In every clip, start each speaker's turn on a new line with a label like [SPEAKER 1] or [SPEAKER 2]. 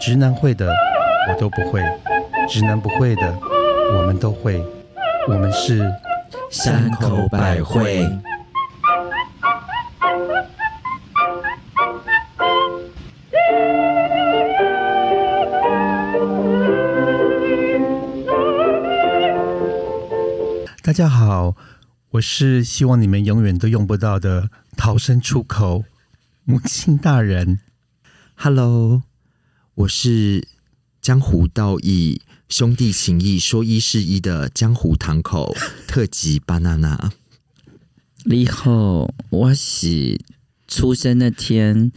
[SPEAKER 1] 直男会的我都不会，直男不会的我们都会，我们是
[SPEAKER 2] 山口百惠。
[SPEAKER 1] 大家好，我是希望你们永远都用不到的逃生出口，母亲大人。
[SPEAKER 2] Hello，我是江湖道义、兄弟情义、说一是一的江湖堂口 特级巴娜娜。
[SPEAKER 3] 你好，我是出生那天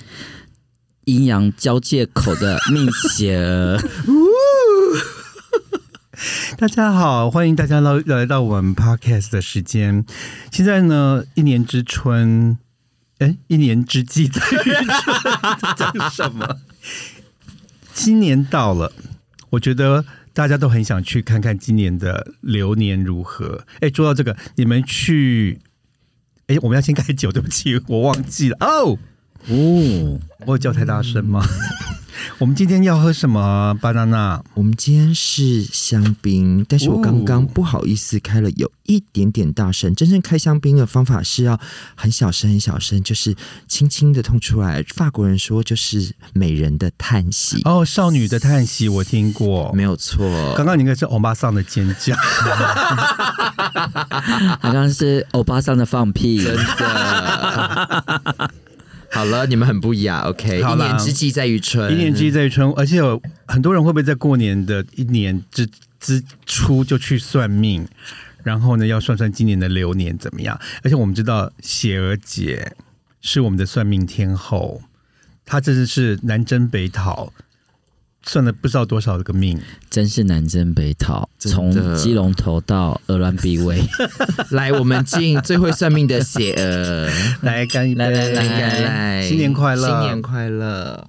[SPEAKER 3] 阴阳交界口的命邪 儿。
[SPEAKER 1] 大家好，欢迎大家来来到我们 podcast 的时间。现在呢，一年之春，哎，一年之计在于春，讲什么？今年到了，我觉得大家都很想去看看今年的流年如何。哎，说到这个，你们去，哎，我们要先开酒，对不起，我忘记了哦。
[SPEAKER 3] 哦，
[SPEAKER 1] 我有叫太大声吗？ 我们今天要喝什么啊？巴娜娜，
[SPEAKER 2] 我们今天是香槟，但是我刚刚
[SPEAKER 1] 哦
[SPEAKER 2] 不好意思开了有一点点大声。真正开香槟的方法是要很小声、很小声，就是轻轻的痛出来。法国人说就是美人的叹息，
[SPEAKER 1] 哦，少女的叹息我听过，
[SPEAKER 2] 没有错。
[SPEAKER 1] 刚刚你应该是欧巴桑的尖 叫，
[SPEAKER 3] 好像是欧巴桑的放屁。
[SPEAKER 2] 真的。好了，你们很不雅，OK？
[SPEAKER 1] 好
[SPEAKER 2] 一
[SPEAKER 1] 啦
[SPEAKER 2] 年之计在于春，
[SPEAKER 1] 一年之计在于春，而且有很多人会不会在过年的一年之之初就去算命，然后呢要算算今年的流年怎么样？而且我们知道雪儿姐是我们的算命天后，她真的是南征北讨，算了不知道多少个命。
[SPEAKER 3] 真是南征北讨，
[SPEAKER 2] 真
[SPEAKER 3] 从
[SPEAKER 2] 的
[SPEAKER 3] 基隆头到鹅銮鼻 尾。
[SPEAKER 2] 来，我们进最会算命的邪儿，
[SPEAKER 1] 来干一杯，
[SPEAKER 3] 来来来
[SPEAKER 2] 来来，
[SPEAKER 1] 新年快乐
[SPEAKER 2] 新年快乐！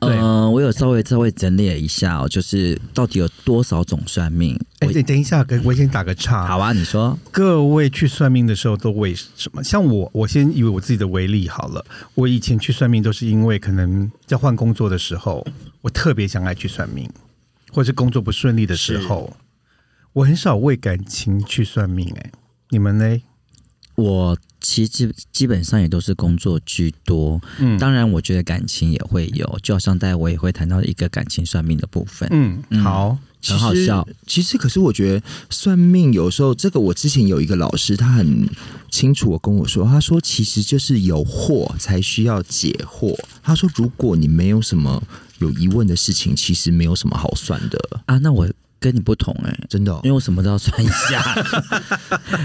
[SPEAKER 1] 对
[SPEAKER 3] 呃，我有稍微稍微整理了一下、哦，就是到底有多少种算命？
[SPEAKER 1] 哎，等等一下，给我先打个岔。
[SPEAKER 3] 好啊，你说
[SPEAKER 1] 各位去算命的时候都为什么？像我，我先以我自己的为例好了。我以前去算命都是因为可能在换工作的时候，我特别想爱去算命，或是工作不顺利的时候，我很少为感情去算命、哎，你们呢？
[SPEAKER 3] 我其实基本上也都是工作居多，
[SPEAKER 1] 嗯
[SPEAKER 3] 当然我觉得感情也会有，就好像待我也会谈到一个感情算命的部分，
[SPEAKER 1] 嗯，好，
[SPEAKER 3] 很好笑。
[SPEAKER 2] 其实，可是我觉得算命有时候，这个我之前有一个老师，他很清楚我跟我说，他说其实就是有惑才需要解惑。他说，如果你没有什么有疑问的事情，其实没有什么好算的，
[SPEAKER 3] 啊。那我跟你不同哎、
[SPEAKER 2] 真的、哦
[SPEAKER 3] 因为。我什么都要算一 下，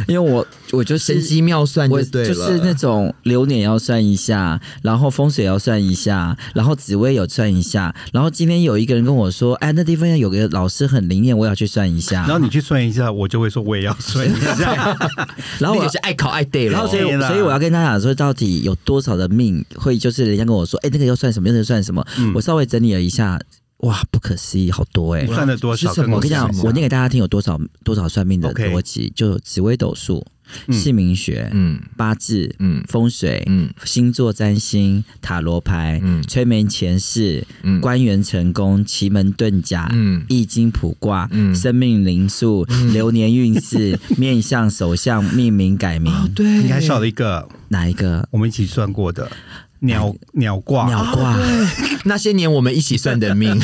[SPEAKER 3] 因为我我就
[SPEAKER 2] 神
[SPEAKER 3] 是
[SPEAKER 2] 机妙算
[SPEAKER 3] 我
[SPEAKER 2] 就对了，
[SPEAKER 3] 就是那种流年也要算一下，然后风水也要算一下，然后紫薇有算一下，然后今天有一个人跟我说，哎，那地方有个老师很灵验，我也要去算一下。
[SPEAKER 1] 然后你去算一下，我就会说我也要算一 下。
[SPEAKER 3] 然后
[SPEAKER 2] 那
[SPEAKER 3] 我
[SPEAKER 2] 个是爱考爱对
[SPEAKER 3] 然
[SPEAKER 2] 了
[SPEAKER 3] 后，所以
[SPEAKER 1] 对啦
[SPEAKER 3] 所以我要跟大家讲说，到底有多少的命会就是人家跟我说，哎、那个要算什么，那个要算什么？
[SPEAKER 2] 嗯
[SPEAKER 3] 我稍微整理了一下，哇，不可思议，好多哎、
[SPEAKER 1] 你算了多少？
[SPEAKER 2] 是什么
[SPEAKER 3] 我跟你讲
[SPEAKER 1] 跟说，
[SPEAKER 3] 我念给大家听有多少多少算命的
[SPEAKER 1] OK
[SPEAKER 3] 逻辑就紫微斗数、姓名学、
[SPEAKER 2] 嗯
[SPEAKER 3] 八字、
[SPEAKER 2] 嗯
[SPEAKER 3] 风水、
[SPEAKER 2] 嗯
[SPEAKER 3] 星座占星、塔罗牌、
[SPEAKER 2] 嗯
[SPEAKER 3] 催眠前世、
[SPEAKER 2] 嗯
[SPEAKER 3] 官员成功、奇门遁甲、
[SPEAKER 2] 嗯
[SPEAKER 3] 易经卜卦、
[SPEAKER 2] 嗯
[SPEAKER 3] 生命灵数、流年运势、 面相、手相、命名改名，
[SPEAKER 2] 对，
[SPEAKER 1] 你还少了一个，
[SPEAKER 3] 哪一个？
[SPEAKER 1] 我们一起算过的
[SPEAKER 3] 哎
[SPEAKER 1] 鸟鸟卦。
[SPEAKER 3] 鸟卦，
[SPEAKER 2] 啊那些年我们一起算的 命，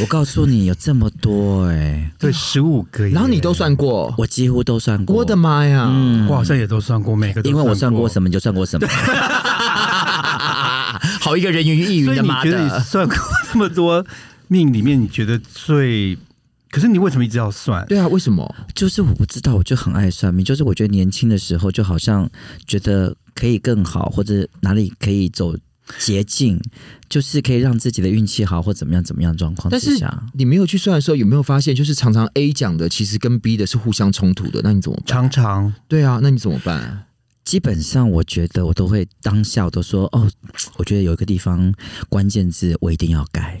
[SPEAKER 3] 我告诉你有这么多哎、
[SPEAKER 1] 对，十五个耶。
[SPEAKER 2] 然后你都算过，
[SPEAKER 3] 我几乎都算过。
[SPEAKER 2] 哦我的妈呀！
[SPEAKER 1] 我嗯好像也都算过，每个都
[SPEAKER 3] 因为我算过
[SPEAKER 1] 么。
[SPEAKER 3] 什么你就算过什么。
[SPEAKER 2] 好一个人云亦
[SPEAKER 1] 所以
[SPEAKER 2] 云的
[SPEAKER 1] 你
[SPEAKER 2] 妈
[SPEAKER 1] 觉得你
[SPEAKER 2] 的，
[SPEAKER 1] 算过那么多命里面，你觉得最……可是你为什么一直要算？
[SPEAKER 2] 对啊，为什么？
[SPEAKER 3] 就是我不知道，我就很爱算命。就是我觉得年轻的时候，就好像觉得可以更好，或者哪里可以走捷径，就是可以让自己的运气好，或怎么样怎么样状况
[SPEAKER 2] 但
[SPEAKER 3] 之
[SPEAKER 2] 是
[SPEAKER 3] 下。
[SPEAKER 2] 你没有去算的时候，有没有发现，就是常常 A 讲的其实跟 B 的是互相冲突的？那你怎么办？
[SPEAKER 1] 常常
[SPEAKER 2] 对啊，那你怎么办？
[SPEAKER 3] 基本上，我觉得我都会当下我都说哦，我觉得有一个地方关键字我一定要改。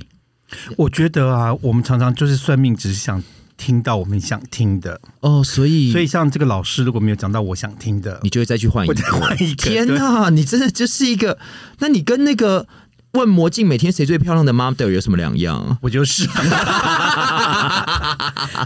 [SPEAKER 1] 我觉得啊，我们常常就是算命，只是想听到我们想听的。
[SPEAKER 2] 哦，所以
[SPEAKER 1] 所以像这个老师如果没有讲到我想听的
[SPEAKER 2] 你，就会再去换一
[SPEAKER 1] 我
[SPEAKER 2] 个
[SPEAKER 1] 再。换一个。
[SPEAKER 2] 天
[SPEAKER 1] 对！
[SPEAKER 2] 哪，你真的就是一个，那你跟那个问魔镜每天谁最漂亮的 model 有什么两样？
[SPEAKER 1] 我就是啊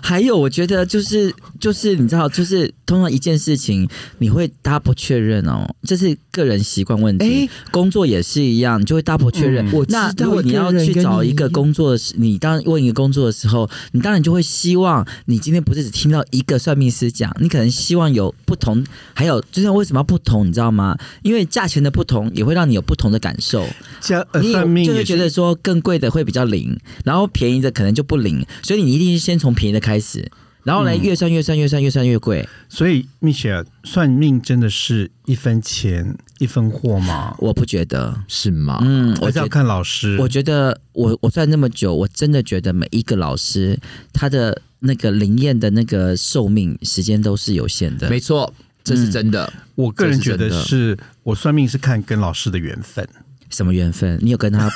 [SPEAKER 3] 还有，我觉得就是就是你知道，就是通常一件事情，你会大不确认哦，这是个人习惯问题。
[SPEAKER 2] 哎
[SPEAKER 3] 工作也是一样，你就会大不确认。
[SPEAKER 1] 嗯
[SPEAKER 2] 我知道
[SPEAKER 3] 那如果你要去找一个工作的时，你当问一个工作的时候，你当然就会希望你今天不是只听到一个算命师讲，你可能希望有不同，还有就是为什么要不同，你知道吗？因为价钱的不同也会让你有不同的感受。
[SPEAKER 1] 加呃
[SPEAKER 3] 你
[SPEAKER 1] 算命
[SPEAKER 3] 就会
[SPEAKER 1] 也
[SPEAKER 3] 觉得说更贵的会比较灵，然后便宜的可能就不灵，所以你一定是先从便宜的开始，然后
[SPEAKER 2] 嗯
[SPEAKER 3] 来越算越算越算越算越贵。
[SPEAKER 1] 所以蜜雪儿算命真的是一分钱一分货吗？
[SPEAKER 3] 我不觉得，
[SPEAKER 2] 是吗？
[SPEAKER 3] 嗯，
[SPEAKER 1] 还
[SPEAKER 3] 我
[SPEAKER 1] 是
[SPEAKER 3] 觉
[SPEAKER 1] 要
[SPEAKER 3] 得。
[SPEAKER 1] 看老师。
[SPEAKER 3] 我觉得我我算那么久，我真的觉得每一个老师他的那个灵验的那个寿命时间都是有限的。
[SPEAKER 2] 没错，这是真的。
[SPEAKER 1] 我个人觉得
[SPEAKER 2] 这是
[SPEAKER 1] 是我算命是看跟老师的缘分。
[SPEAKER 3] 什么缘分？你有 跟他，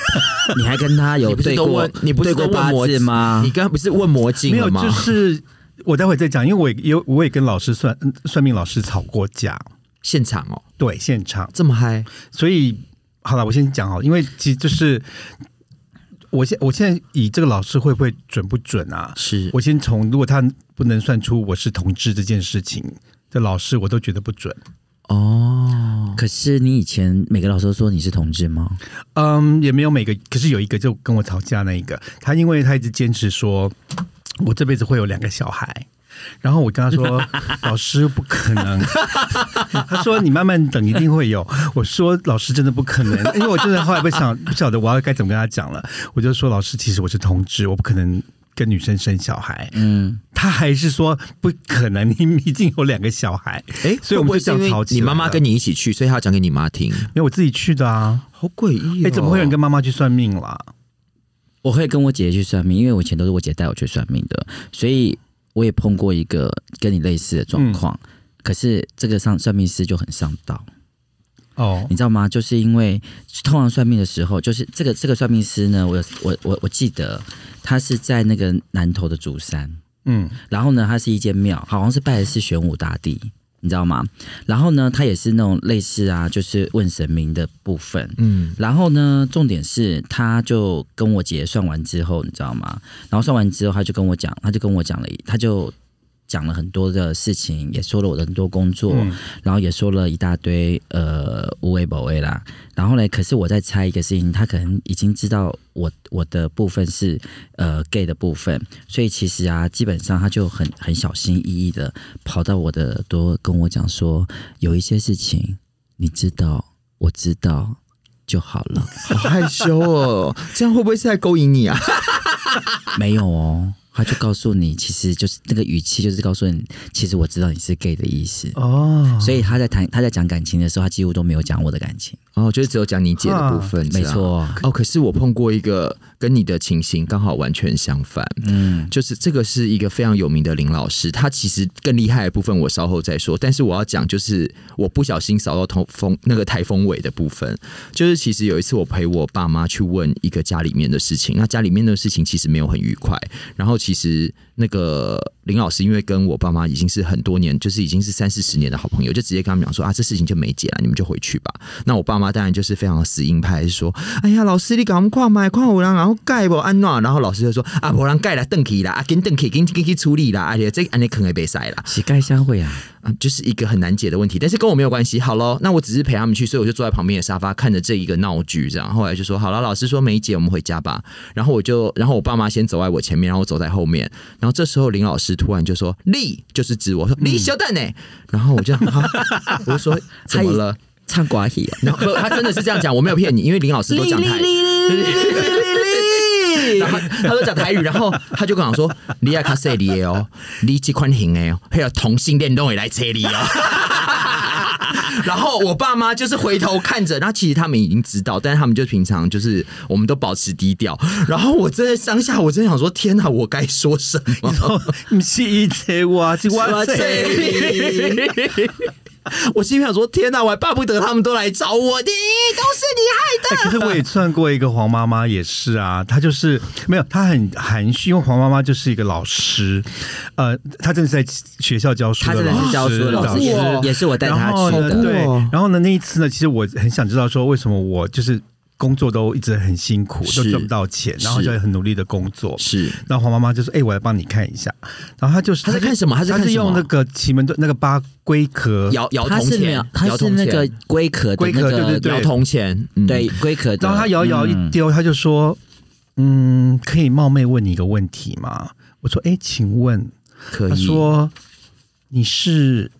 [SPEAKER 3] 你还跟他有
[SPEAKER 2] 你不
[SPEAKER 3] 对
[SPEAKER 2] 是都
[SPEAKER 3] 过
[SPEAKER 2] 问，你不是都
[SPEAKER 3] 对过
[SPEAKER 2] 问
[SPEAKER 3] 八
[SPEAKER 2] 魔
[SPEAKER 3] 字吗
[SPEAKER 2] 你？刚刚不是问魔
[SPEAKER 1] 嗯
[SPEAKER 2] 镜
[SPEAKER 1] 没
[SPEAKER 2] 了
[SPEAKER 1] 有，
[SPEAKER 2] 吗？
[SPEAKER 1] 就是我待会再讲，因为我也有我也跟老师算嗯算命老师吵过架，
[SPEAKER 2] 现场哦，
[SPEAKER 1] 对，现场。
[SPEAKER 2] 这么嗨，
[SPEAKER 1] 所以好了，我先讲好，因为其实就是我现我现在以这个老师会不会准不准啊？
[SPEAKER 2] 是
[SPEAKER 1] 我先从如果他不能算出我是同志这件事情的老师，我都觉得不准。
[SPEAKER 2] 哦，
[SPEAKER 3] 可是你以前每个老师都说你是同志吗？
[SPEAKER 1] 嗯，也没有每个，可是有一个就跟我吵架那一个，他因为他一直坚持说，我这辈子会有两个小孩。然后我跟他说：“ 老师不可能。” 他说：“你慢慢等，一定会有。”我说：“老师真的不可能，因为我真的后来不想不晓得我要该怎么跟他讲了。”我就说：“老师，其实我是同志，我不可能跟女生生小孩。
[SPEAKER 3] 嗯，”
[SPEAKER 1] 他还是说：“不可能，你已经有两个小孩。
[SPEAKER 2] 哎，
[SPEAKER 1] 所以
[SPEAKER 2] 会
[SPEAKER 1] 我
[SPEAKER 2] 不
[SPEAKER 1] 们
[SPEAKER 2] 会
[SPEAKER 1] 就这样
[SPEAKER 2] 是因为
[SPEAKER 1] 吵起
[SPEAKER 2] 你
[SPEAKER 1] 来
[SPEAKER 2] 妈妈
[SPEAKER 1] 了
[SPEAKER 2] 跟你一起去，所以她要讲给你妈听，”
[SPEAKER 1] 因为我自己去的啊，
[SPEAKER 2] 好诡异、哦！
[SPEAKER 1] 哎，怎么会有人跟妈妈去算命啦？
[SPEAKER 3] 我会跟我姐姐去算命，因为我以前都是我姐带我去算命的，所以我也碰过一个跟你类似的状况。可是这个上算命师就很上道，
[SPEAKER 1] 哦，
[SPEAKER 3] 你知道吗？就是因为通常算命的时候，就是这个这个算命师呢，我有我我我记得他是在那个南投的竹山，
[SPEAKER 1] 嗯，
[SPEAKER 3] 然后呢，它是一间庙，好像是拜的是玄武大帝，你知道吗？然后呢，它也是那种类似啊，就是问神明的部分。
[SPEAKER 2] 嗯，
[SPEAKER 3] 然后呢，重点是，他就跟我姐算完之后，你知道吗？然后算完之后，他就跟我讲，他就跟我讲了一，他就讲了很多的事情，也说了我的很多工作，
[SPEAKER 1] 嗯
[SPEAKER 3] 然后也说了一大堆呃无为不为啦。然后呢，可是我在猜一个事情，他可能已经知道我我的部分是呃 gay 的部分，所以其实啊，基本上他就很很小心翼翼的跑到我的耳朵跟我讲说，有一些事情你知道，我知道就好了。
[SPEAKER 2] 好 害羞 哦，这样会不会是在勾引你啊？
[SPEAKER 3] 没有哦，他就告诉你，其实就是那个语气，就是告诉你，其实我知道你是 gay 的意思。
[SPEAKER 1] 哦，
[SPEAKER 3] 所以他在谈他在讲感情的时候，他几乎都没有讲我的感情。
[SPEAKER 2] 哦，就是只有讲你姐的部分，
[SPEAKER 3] 没
[SPEAKER 2] 这样。
[SPEAKER 3] 错，
[SPEAKER 2] 哦，可是我碰过一个跟你的情形刚好完全相反，
[SPEAKER 3] 嗯，
[SPEAKER 2] 就是这个是一个非常有名的林老师，他其实更厉害的部分我稍后再说，但是我要讲就是我不小心扫到头风那个台风尾的部分，就是其实有一次我陪我爸妈去问一个家里面的事情，那家里面的事情其实没有很愉快，然后其实那个林老师因为跟我爸妈已经是很多年，就是已经是三四十年的好朋友，就直接跟他们讲说啊，这事情就没解了，你们就回去吧。那我爸妈当然就是非常死硬派，说哎呀，老师你给我们看买看有人然后盖不安怎？然后老师就说啊，无人盖啦，邓去啦，啊，跟邓去，跟跟去处理啦，而且这安尼坑也被塞啦。
[SPEAKER 3] 乞丐相会啊，
[SPEAKER 2] 啊，就是一个很难解的问题，但是跟我没有关系。好咯，那我只是陪他们去，所以我就坐在旁边的沙发看着这一个闹剧，这样。后来就说好了，老师说梅姐，我们回家吧。然后我就，然后我爸妈先走在我前面，然后我走在后面。然后这时候林老师突然就说：“丽，就是指我说丽小蛋呢。”然后我就， 哈我就说怎么了？
[SPEAKER 3] 唱寡戏啊。
[SPEAKER 2] 然后他真的是这样讲，我没有骗你，因为林老师都讲台语。 然后他他都讲台语，然后他就跟我说：“你要卡塞你的哦，你这款型的哦，还有同性恋都会来车你哦。” 然后我爸妈就是回头看着，那其实他们已经知道，但是他们就平常就是我们都保持低调。然后我真的当下，我真的想说：“天哪，我该说什 么？”
[SPEAKER 1] 不是一切哇，是哇塞！
[SPEAKER 2] 我心里想说：“天哪，我还巴不得他们都来找我的，都是你害的。”
[SPEAKER 1] 哎可是我也算过一个黄妈妈，也是啊，她就是没有，她很含蓄，因为黄妈妈就是一个老师，呃，她真的是在学校教书
[SPEAKER 3] 他
[SPEAKER 1] 的
[SPEAKER 3] 真的
[SPEAKER 1] 老
[SPEAKER 3] 是
[SPEAKER 1] 师，
[SPEAKER 3] 教书的老师，
[SPEAKER 2] 哇
[SPEAKER 3] 也是我带
[SPEAKER 1] 然
[SPEAKER 3] 他
[SPEAKER 1] 后
[SPEAKER 3] 去
[SPEAKER 1] 呢，
[SPEAKER 3] 的。
[SPEAKER 1] 对，然后呢，那一次呢，其实我很想知道说为什么我就是工作都一直很辛苦，都
[SPEAKER 2] 是
[SPEAKER 1] 赚不到钱，然后
[SPEAKER 2] 是
[SPEAKER 1] 就很努力的工作。
[SPEAKER 2] 是
[SPEAKER 1] 然后黄妈妈就说：“哎、我来帮你看一下。”然后她就是
[SPEAKER 2] 她在看什么她
[SPEAKER 1] 她
[SPEAKER 2] 在看
[SPEAKER 1] 是
[SPEAKER 2] 什么
[SPEAKER 1] 用那个奇门遁那个八龟壳，
[SPEAKER 2] 摇摇
[SPEAKER 3] 它
[SPEAKER 2] 铜
[SPEAKER 3] 是没有
[SPEAKER 2] 钱，，
[SPEAKER 3] 它
[SPEAKER 2] 摇
[SPEAKER 3] 是
[SPEAKER 2] 铜
[SPEAKER 3] 那个
[SPEAKER 2] 钱
[SPEAKER 3] 龟壳的
[SPEAKER 1] 龟
[SPEAKER 3] 那
[SPEAKER 1] 壳对
[SPEAKER 3] 个
[SPEAKER 1] 对
[SPEAKER 2] 摇铜钱，嗯，
[SPEAKER 3] 对龟壳的，
[SPEAKER 1] 然后她摇一摇一丢，她就说：“嗯，可以冒昧问你一个问题吗？”我说：“哎、请问
[SPEAKER 2] 可
[SPEAKER 1] 他
[SPEAKER 2] 以。
[SPEAKER 1] 说：“你是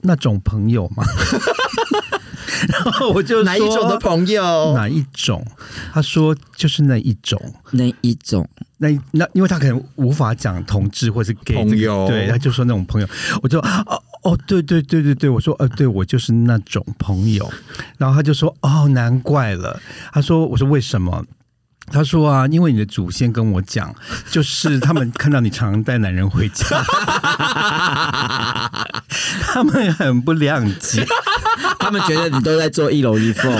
[SPEAKER 1] 那种朋友吗？” 然后我就说
[SPEAKER 2] 哪一种的朋友？
[SPEAKER 1] 哪一种？他说就是那一种，
[SPEAKER 3] 那一种，
[SPEAKER 1] 那一那因为他可能无法讲同志或是 gay 这
[SPEAKER 2] 朋
[SPEAKER 1] 个，
[SPEAKER 2] 友
[SPEAKER 1] 对，他就说那种朋友，我就哦哦，对对对对对，我说呃，对我就是那种朋友，然后他就说哦，难怪了，他说我说为什么？他说啊，因为你的祖先跟我讲，就是他们看到你常常带男人回家， 他们很不谅解。
[SPEAKER 3] 他们觉得你都在做一楼一凤，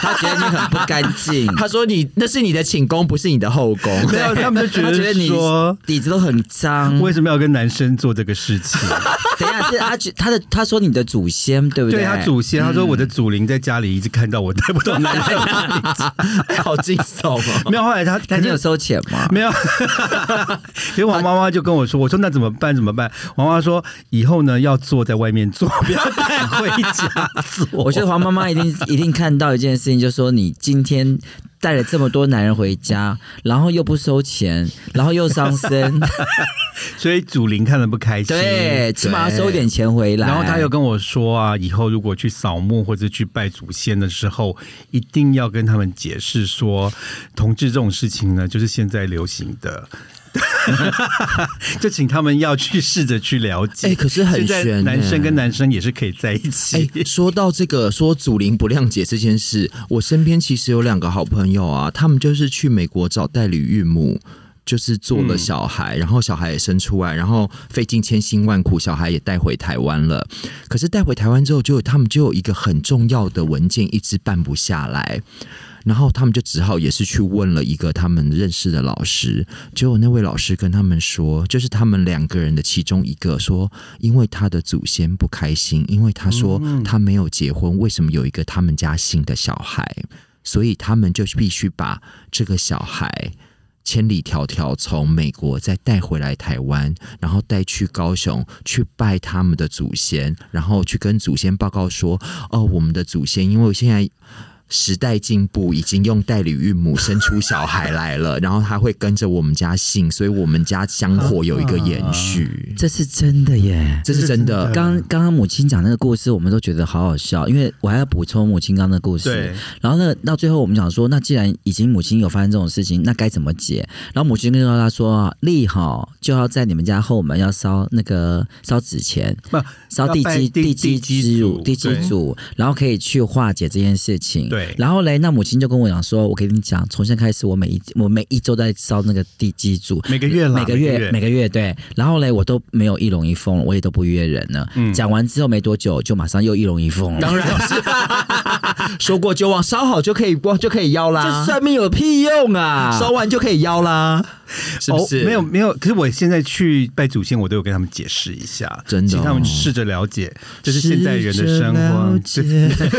[SPEAKER 3] 他觉得你很不干净，
[SPEAKER 2] 他说你那是你的寝宫，不是你的后 宫。
[SPEAKER 1] 没有，哦他们就觉
[SPEAKER 3] 他觉得
[SPEAKER 1] 得
[SPEAKER 3] 你嗯
[SPEAKER 1] 说，
[SPEAKER 3] 底子都很脏。
[SPEAKER 1] 为什么要跟男生做这个事情？
[SPEAKER 3] 等一下是他觉他的他说你的祖先对不
[SPEAKER 1] 对嗯
[SPEAKER 3] 对
[SPEAKER 1] 他祖先，他说我的祖灵在家里一直看到我带不动男人回家，
[SPEAKER 2] 好惊悚哦！
[SPEAKER 1] 没有。后来他
[SPEAKER 3] 那
[SPEAKER 1] 肯
[SPEAKER 3] 你
[SPEAKER 1] 定
[SPEAKER 3] 有收钱吗？
[SPEAKER 1] 没有， 所以王妈妈就跟我说：“我说那怎么办？怎么办？”王妈妈说：“以后呢，要做在外面做，不要带回家做。”
[SPEAKER 3] 我觉得黄妈妈一定 一定看到一件事情，就说你今天带了这么多男人回家，然后又不收钱，然后又 伤身，
[SPEAKER 1] 所以祖灵看了不开心。
[SPEAKER 3] 对，起码要收一点钱回来。
[SPEAKER 1] 然后他又跟我说啊，以后如果去扫墓或者去拜祖先的时候，一定要跟他们解释说，同志这种事情呢，就是现在流行的， 就请他们要去试着去了解。
[SPEAKER 2] 哎可是很
[SPEAKER 1] 现在
[SPEAKER 2] 悬
[SPEAKER 1] 男生
[SPEAKER 2] 欸
[SPEAKER 1] 跟男生也是可以在一起
[SPEAKER 2] 哎。，说到这个说祖灵不谅解这件事，我身边其实有两个好朋友啊，他们就是去美国找代理孕母。就是做了小孩，然后小孩也生出来，然后费尽千辛万苦，小孩也带回台湾了。可是带回台湾之后就，有他们就有一个很重要的文件一直办不下来，然后他们就只好也是去问了一个他们认识的老师，结果那位老师跟他们说，就是他们两个人的其中一个说，因为他的祖先不开心，因为他说他没有结婚，为什么有一个他们家姓的小孩，所以他们就必须把这个小孩。千里迢迢从美国再带回来台湾，然后带去高雄去拜他们的祖先，然后去跟祖先报告说：“哦，我们的祖先因为现在时代进步，已经用代理孕母生出小孩来了，然后他会跟着我们家姓，所以我们家香火有一个延续。
[SPEAKER 3] 这是真的耶。
[SPEAKER 2] 这是真的，
[SPEAKER 3] 刚刚刚母亲讲那个故事，我们都觉得好好笑，因为我还要补充母亲刚刚的故事
[SPEAKER 1] 对。
[SPEAKER 3] 然后呢，到最后我们讲说，那既然已经母亲有发生这种事情，那该怎么解？然后母亲跟他说，立好就要在你们家后门要烧那个烧纸钱，
[SPEAKER 1] 不
[SPEAKER 3] 烧
[SPEAKER 1] 要
[SPEAKER 3] 地
[SPEAKER 1] 拜
[SPEAKER 3] 基
[SPEAKER 1] 地
[SPEAKER 3] 基
[SPEAKER 1] 基
[SPEAKER 3] 之
[SPEAKER 1] 主
[SPEAKER 3] 乳，地基
[SPEAKER 1] 对
[SPEAKER 3] 主，然后可以去化解这件事情。
[SPEAKER 1] 对
[SPEAKER 3] 然后嘞，那母亲就跟我讲说，我跟你讲，从现在开始，我每一我每一周都在烧那个地基主，
[SPEAKER 1] 每个月啦，
[SPEAKER 3] 每个月每个月对，然后嘞，我都没有一龙一凤了，我也都不约人了。讲完之后没多久，就马上又一龙一凤了。
[SPEAKER 2] 当 然是说过就忘，烧好就可以不就可以邀
[SPEAKER 3] 这
[SPEAKER 2] 啦，
[SPEAKER 3] 算命有屁用啊！
[SPEAKER 2] 烧完就可以邀啦，是不是？
[SPEAKER 1] 哦、没有没有，可是我现在去拜祖先，我都有跟他们解释一下，
[SPEAKER 2] 真的
[SPEAKER 1] 请他们
[SPEAKER 2] 哦
[SPEAKER 1] 试着了解，这是现代人的生活。
[SPEAKER 2] 试着了解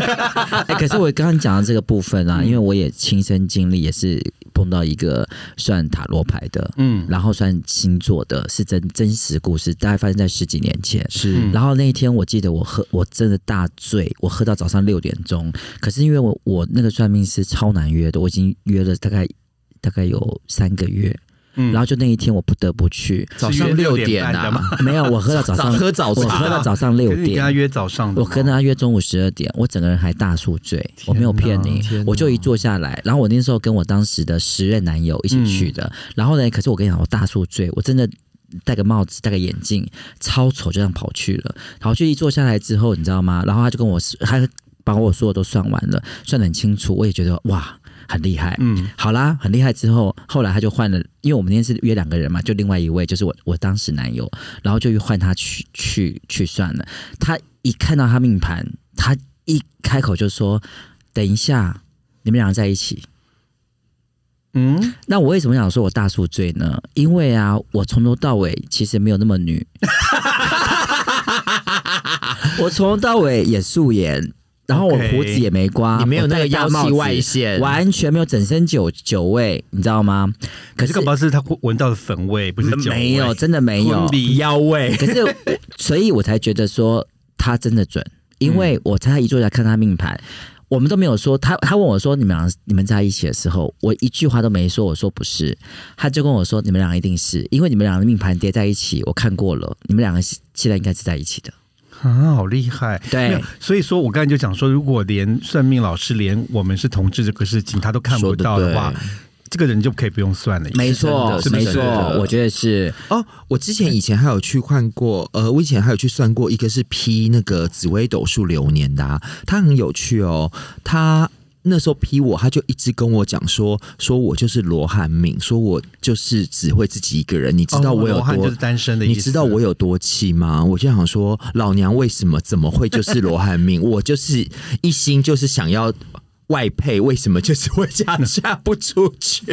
[SPEAKER 3] 哎、可是我刚刚讲的这个部分啊，因为我也亲身经历，也是碰到一个算塔罗牌的，嗯，然后算星座的，是真真实故事，大概发生在十几年前。
[SPEAKER 2] 是
[SPEAKER 3] 然后那一天我记得我喝，我真的大醉，我喝到早上六点钟。可是因为我我那个算命师超难约的，我已经约了大概大概有三个月，
[SPEAKER 1] 嗯
[SPEAKER 3] 然后就那一天我不得不去。
[SPEAKER 2] 早上六点
[SPEAKER 1] 是约6点半的吗
[SPEAKER 2] 啊，
[SPEAKER 3] 没有，我喝到早上，
[SPEAKER 2] 早喝早茶
[SPEAKER 3] 我喝到早上六
[SPEAKER 1] 可是你
[SPEAKER 3] 点。
[SPEAKER 1] 跟他约早上的
[SPEAKER 3] 我
[SPEAKER 1] 吗，
[SPEAKER 3] 跟他约中午十二点，我整个人还大宿醉，我没有骗你
[SPEAKER 2] 天哪，
[SPEAKER 3] 我就一坐下来，然后我那时候跟我当时的时任男友一起去的，然后呢，可是我跟你讲，我大宿醉，我真的。戴个帽子，戴个眼镜，超丑，就这样跑去了。然后就一坐下来之后，你知道吗？然后他就跟我，他把我所有都算完了，算得很清楚。我也觉得哇，很厉害。
[SPEAKER 1] 嗯，
[SPEAKER 3] 好啦，很厉害。之后后来他就换了，因为我们那天是约两个人嘛，就另外一位就是我我当时男友，然后就换他去去去算了。他一看到他命盘，他一开口就说：“等一下，你们两个在一起。”
[SPEAKER 1] 嗯，
[SPEAKER 3] 那我为什么想说我大宿醉呢？因为啊，我从头到尾其实没有那么 女，我从头到尾也素颜。然后我
[SPEAKER 1] OK
[SPEAKER 3] 胡子也没刮，
[SPEAKER 2] 你没有
[SPEAKER 3] 我
[SPEAKER 2] 那个
[SPEAKER 3] 戴大
[SPEAKER 2] 妖
[SPEAKER 3] 帽
[SPEAKER 2] 气
[SPEAKER 3] 子
[SPEAKER 2] 外显，
[SPEAKER 3] 完全没有整身酒酒味，你知道吗？可
[SPEAKER 1] 可是
[SPEAKER 3] 是嗯
[SPEAKER 1] 搞不好是他闻到的粉味，不是酒味
[SPEAKER 3] 没有，真的没有
[SPEAKER 1] 婚。礼
[SPEAKER 2] 妖味。
[SPEAKER 3] 可是我，所以我才觉得说他真的准，因
[SPEAKER 2] 嗯
[SPEAKER 3] 为我猜他一坐下看他命盘，我们都没有说他。他问我说：“你们俩你们在一起的时候，我一句话都没说。”我说：“不是。”他就跟我说：“你们俩一定是因为你们俩的命盘叠在一起，我看过了，你们两个现在应该是在一起的。
[SPEAKER 1] 啊，好厉害！
[SPEAKER 3] 对
[SPEAKER 1] 没有，所以说我刚才就讲说，如果连算命老师连我们是同志这个事情他都看不到的话
[SPEAKER 2] 说得，
[SPEAKER 1] 这个人就可以不用算了。”
[SPEAKER 3] 没错
[SPEAKER 2] 是，真的
[SPEAKER 3] 没
[SPEAKER 2] 是真
[SPEAKER 3] 错
[SPEAKER 2] 的，
[SPEAKER 3] 我觉得是
[SPEAKER 2] 哦，我之前以前还有去看过，呃，我以前还有去算过，一个是批那个紫微斗数流年的、啊，他很有趣哦，他。那时候批我，他就一直跟我讲说，说我就是罗汉命，说我就是只会自己一个人。你知道
[SPEAKER 1] 哦
[SPEAKER 2] 我有
[SPEAKER 1] 罗汉
[SPEAKER 2] 多、
[SPEAKER 1] 就是单身的意
[SPEAKER 2] 你
[SPEAKER 1] 思
[SPEAKER 2] 知道我有多气吗？我就想说，老娘为什么怎么会就是罗汉命？我就是一心就是想要外配，为什么就是会嫁嫁不出去？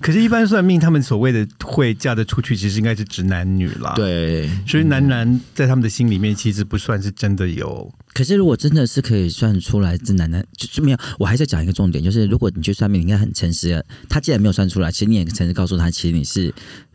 [SPEAKER 1] 可是，一般算命他们所谓的会嫁得出去，其实应该是指男女啦。，
[SPEAKER 2] 对，
[SPEAKER 1] 所
[SPEAKER 3] 嗯
[SPEAKER 1] 以男男在他们的心里面，其实不算是真的有。
[SPEAKER 3] 可是，如果真的是可以算出来，这男男就就没有。我还是要讲一个重点，就是如果你去算命，你应该很诚实的。他既然没有算出来，其实你也诚实告诉他，其实你是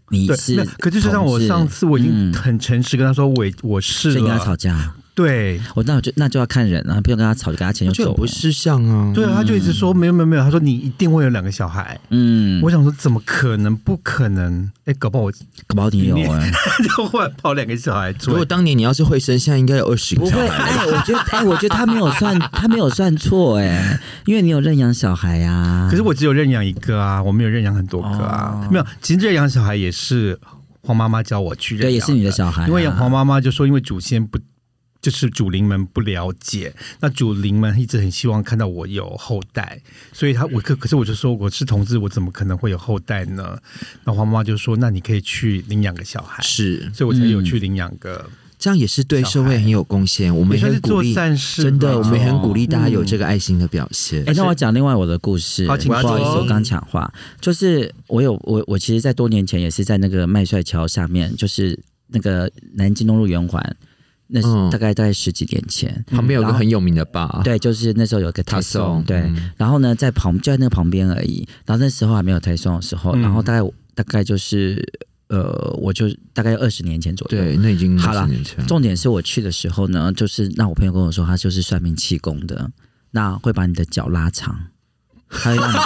[SPEAKER 3] 你
[SPEAKER 1] 对，
[SPEAKER 3] 是
[SPEAKER 1] 那可就是像我
[SPEAKER 3] 同志
[SPEAKER 1] 上次我已经
[SPEAKER 3] 嗯
[SPEAKER 1] 很诚实跟他说我也，我是
[SPEAKER 3] 所以跟他
[SPEAKER 1] 了。
[SPEAKER 3] 吵架。
[SPEAKER 1] 对，
[SPEAKER 3] 我那我就那就要看人啊，不用跟他吵，就给他钱就
[SPEAKER 2] 就
[SPEAKER 3] 走
[SPEAKER 2] 很
[SPEAKER 3] 了。
[SPEAKER 2] 不识相啊。
[SPEAKER 1] 对啊，他就一直说没有没有没有，他说你一定会有两个小孩。
[SPEAKER 3] 嗯，
[SPEAKER 1] 我想说怎么可能？不可能！哎，搞不好我
[SPEAKER 3] 搞不好你有
[SPEAKER 1] 你
[SPEAKER 3] 哎、
[SPEAKER 1] 就忽然跑两个小孩
[SPEAKER 2] 如
[SPEAKER 1] 出
[SPEAKER 2] 果
[SPEAKER 1] 来。
[SPEAKER 3] 嗯
[SPEAKER 2] 当年你要是会生，现在应该有二十个
[SPEAKER 3] 不
[SPEAKER 2] 小
[SPEAKER 3] 会
[SPEAKER 2] 孩。
[SPEAKER 3] 哎、我觉得哎、我觉得他没有算，他没有算错哎、因为你有认养小孩啊。
[SPEAKER 1] 可是我只有认养一个啊，我没有认养很多个啊。
[SPEAKER 3] 哦
[SPEAKER 1] 没有，其实认养小孩也是黄妈妈教我去认养，
[SPEAKER 3] 对，也是你的小孩啊、
[SPEAKER 1] 因为黄妈妈就说，因为祖先不。就是祖灵们不了解，那祖灵们一直很希望看到我有后代，所以他我可可是我就说我是同志，我怎么可能会有后代呢？那黄妈妈就说，那你可以去领养个小孩，
[SPEAKER 2] 是，
[SPEAKER 1] 所以我才有
[SPEAKER 3] 嗯
[SPEAKER 1] 去领养个，
[SPEAKER 2] 这样也是对社会很有贡献。我们
[SPEAKER 1] 也
[SPEAKER 2] 也
[SPEAKER 1] 算是
[SPEAKER 2] 很鼓
[SPEAKER 1] 做
[SPEAKER 2] 励，
[SPEAKER 1] 善事吧，
[SPEAKER 2] 真的，我们也很
[SPEAKER 3] 哦
[SPEAKER 2] 鼓励大家有这个爱心的表现
[SPEAKER 3] 哎、。那我讲另外我的故事。
[SPEAKER 1] 好请
[SPEAKER 3] 不好意思，
[SPEAKER 1] 说
[SPEAKER 3] 我刚抢话，就是我有我我其实，在多年前也是在那个麦帅桥下面，就是那个南京东路圆环，那是
[SPEAKER 2] 嗯
[SPEAKER 3] 大概大概十几年前。
[SPEAKER 2] 旁边有
[SPEAKER 3] 然
[SPEAKER 2] 个
[SPEAKER 3] 后
[SPEAKER 2] 很有名的吧，，
[SPEAKER 3] 对，就是那时候有个
[SPEAKER 2] 他
[SPEAKER 3] 台
[SPEAKER 2] 送
[SPEAKER 3] 送，对，
[SPEAKER 2] 嗯
[SPEAKER 3] 然后呢，在旁就在那个旁边而已。然后那时候还没有台送的时候，
[SPEAKER 1] 嗯
[SPEAKER 3] 然后大概我大概就是呃，我就大概二十年前左右。
[SPEAKER 2] 对，那已经
[SPEAKER 3] 好啦
[SPEAKER 2] 20年前了。
[SPEAKER 3] 重点是我去的时候呢，就是那我朋友跟我说，他就是算命气功的，那会把你的脚拉长，他会让你。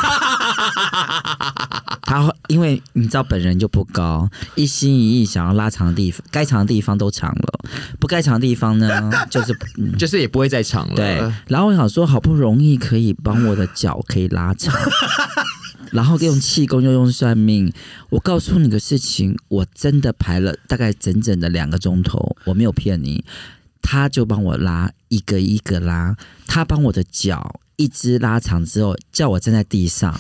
[SPEAKER 3] 他会因为你知道本人就不高，一心一意想要拉长的地方，该长的地方都长了，不该长的地方呢，就是嗯
[SPEAKER 2] 就是也不会再长了。
[SPEAKER 3] 对，然后我想说，好不容易可以帮我的脚可以拉长，然后用气功又用算命，我告诉你个事情，我真的排了大概整整的两个钟头，我没有骗你，他就帮我拉一个一个拉，他帮我的脚一只拉长之后，叫我站在地上。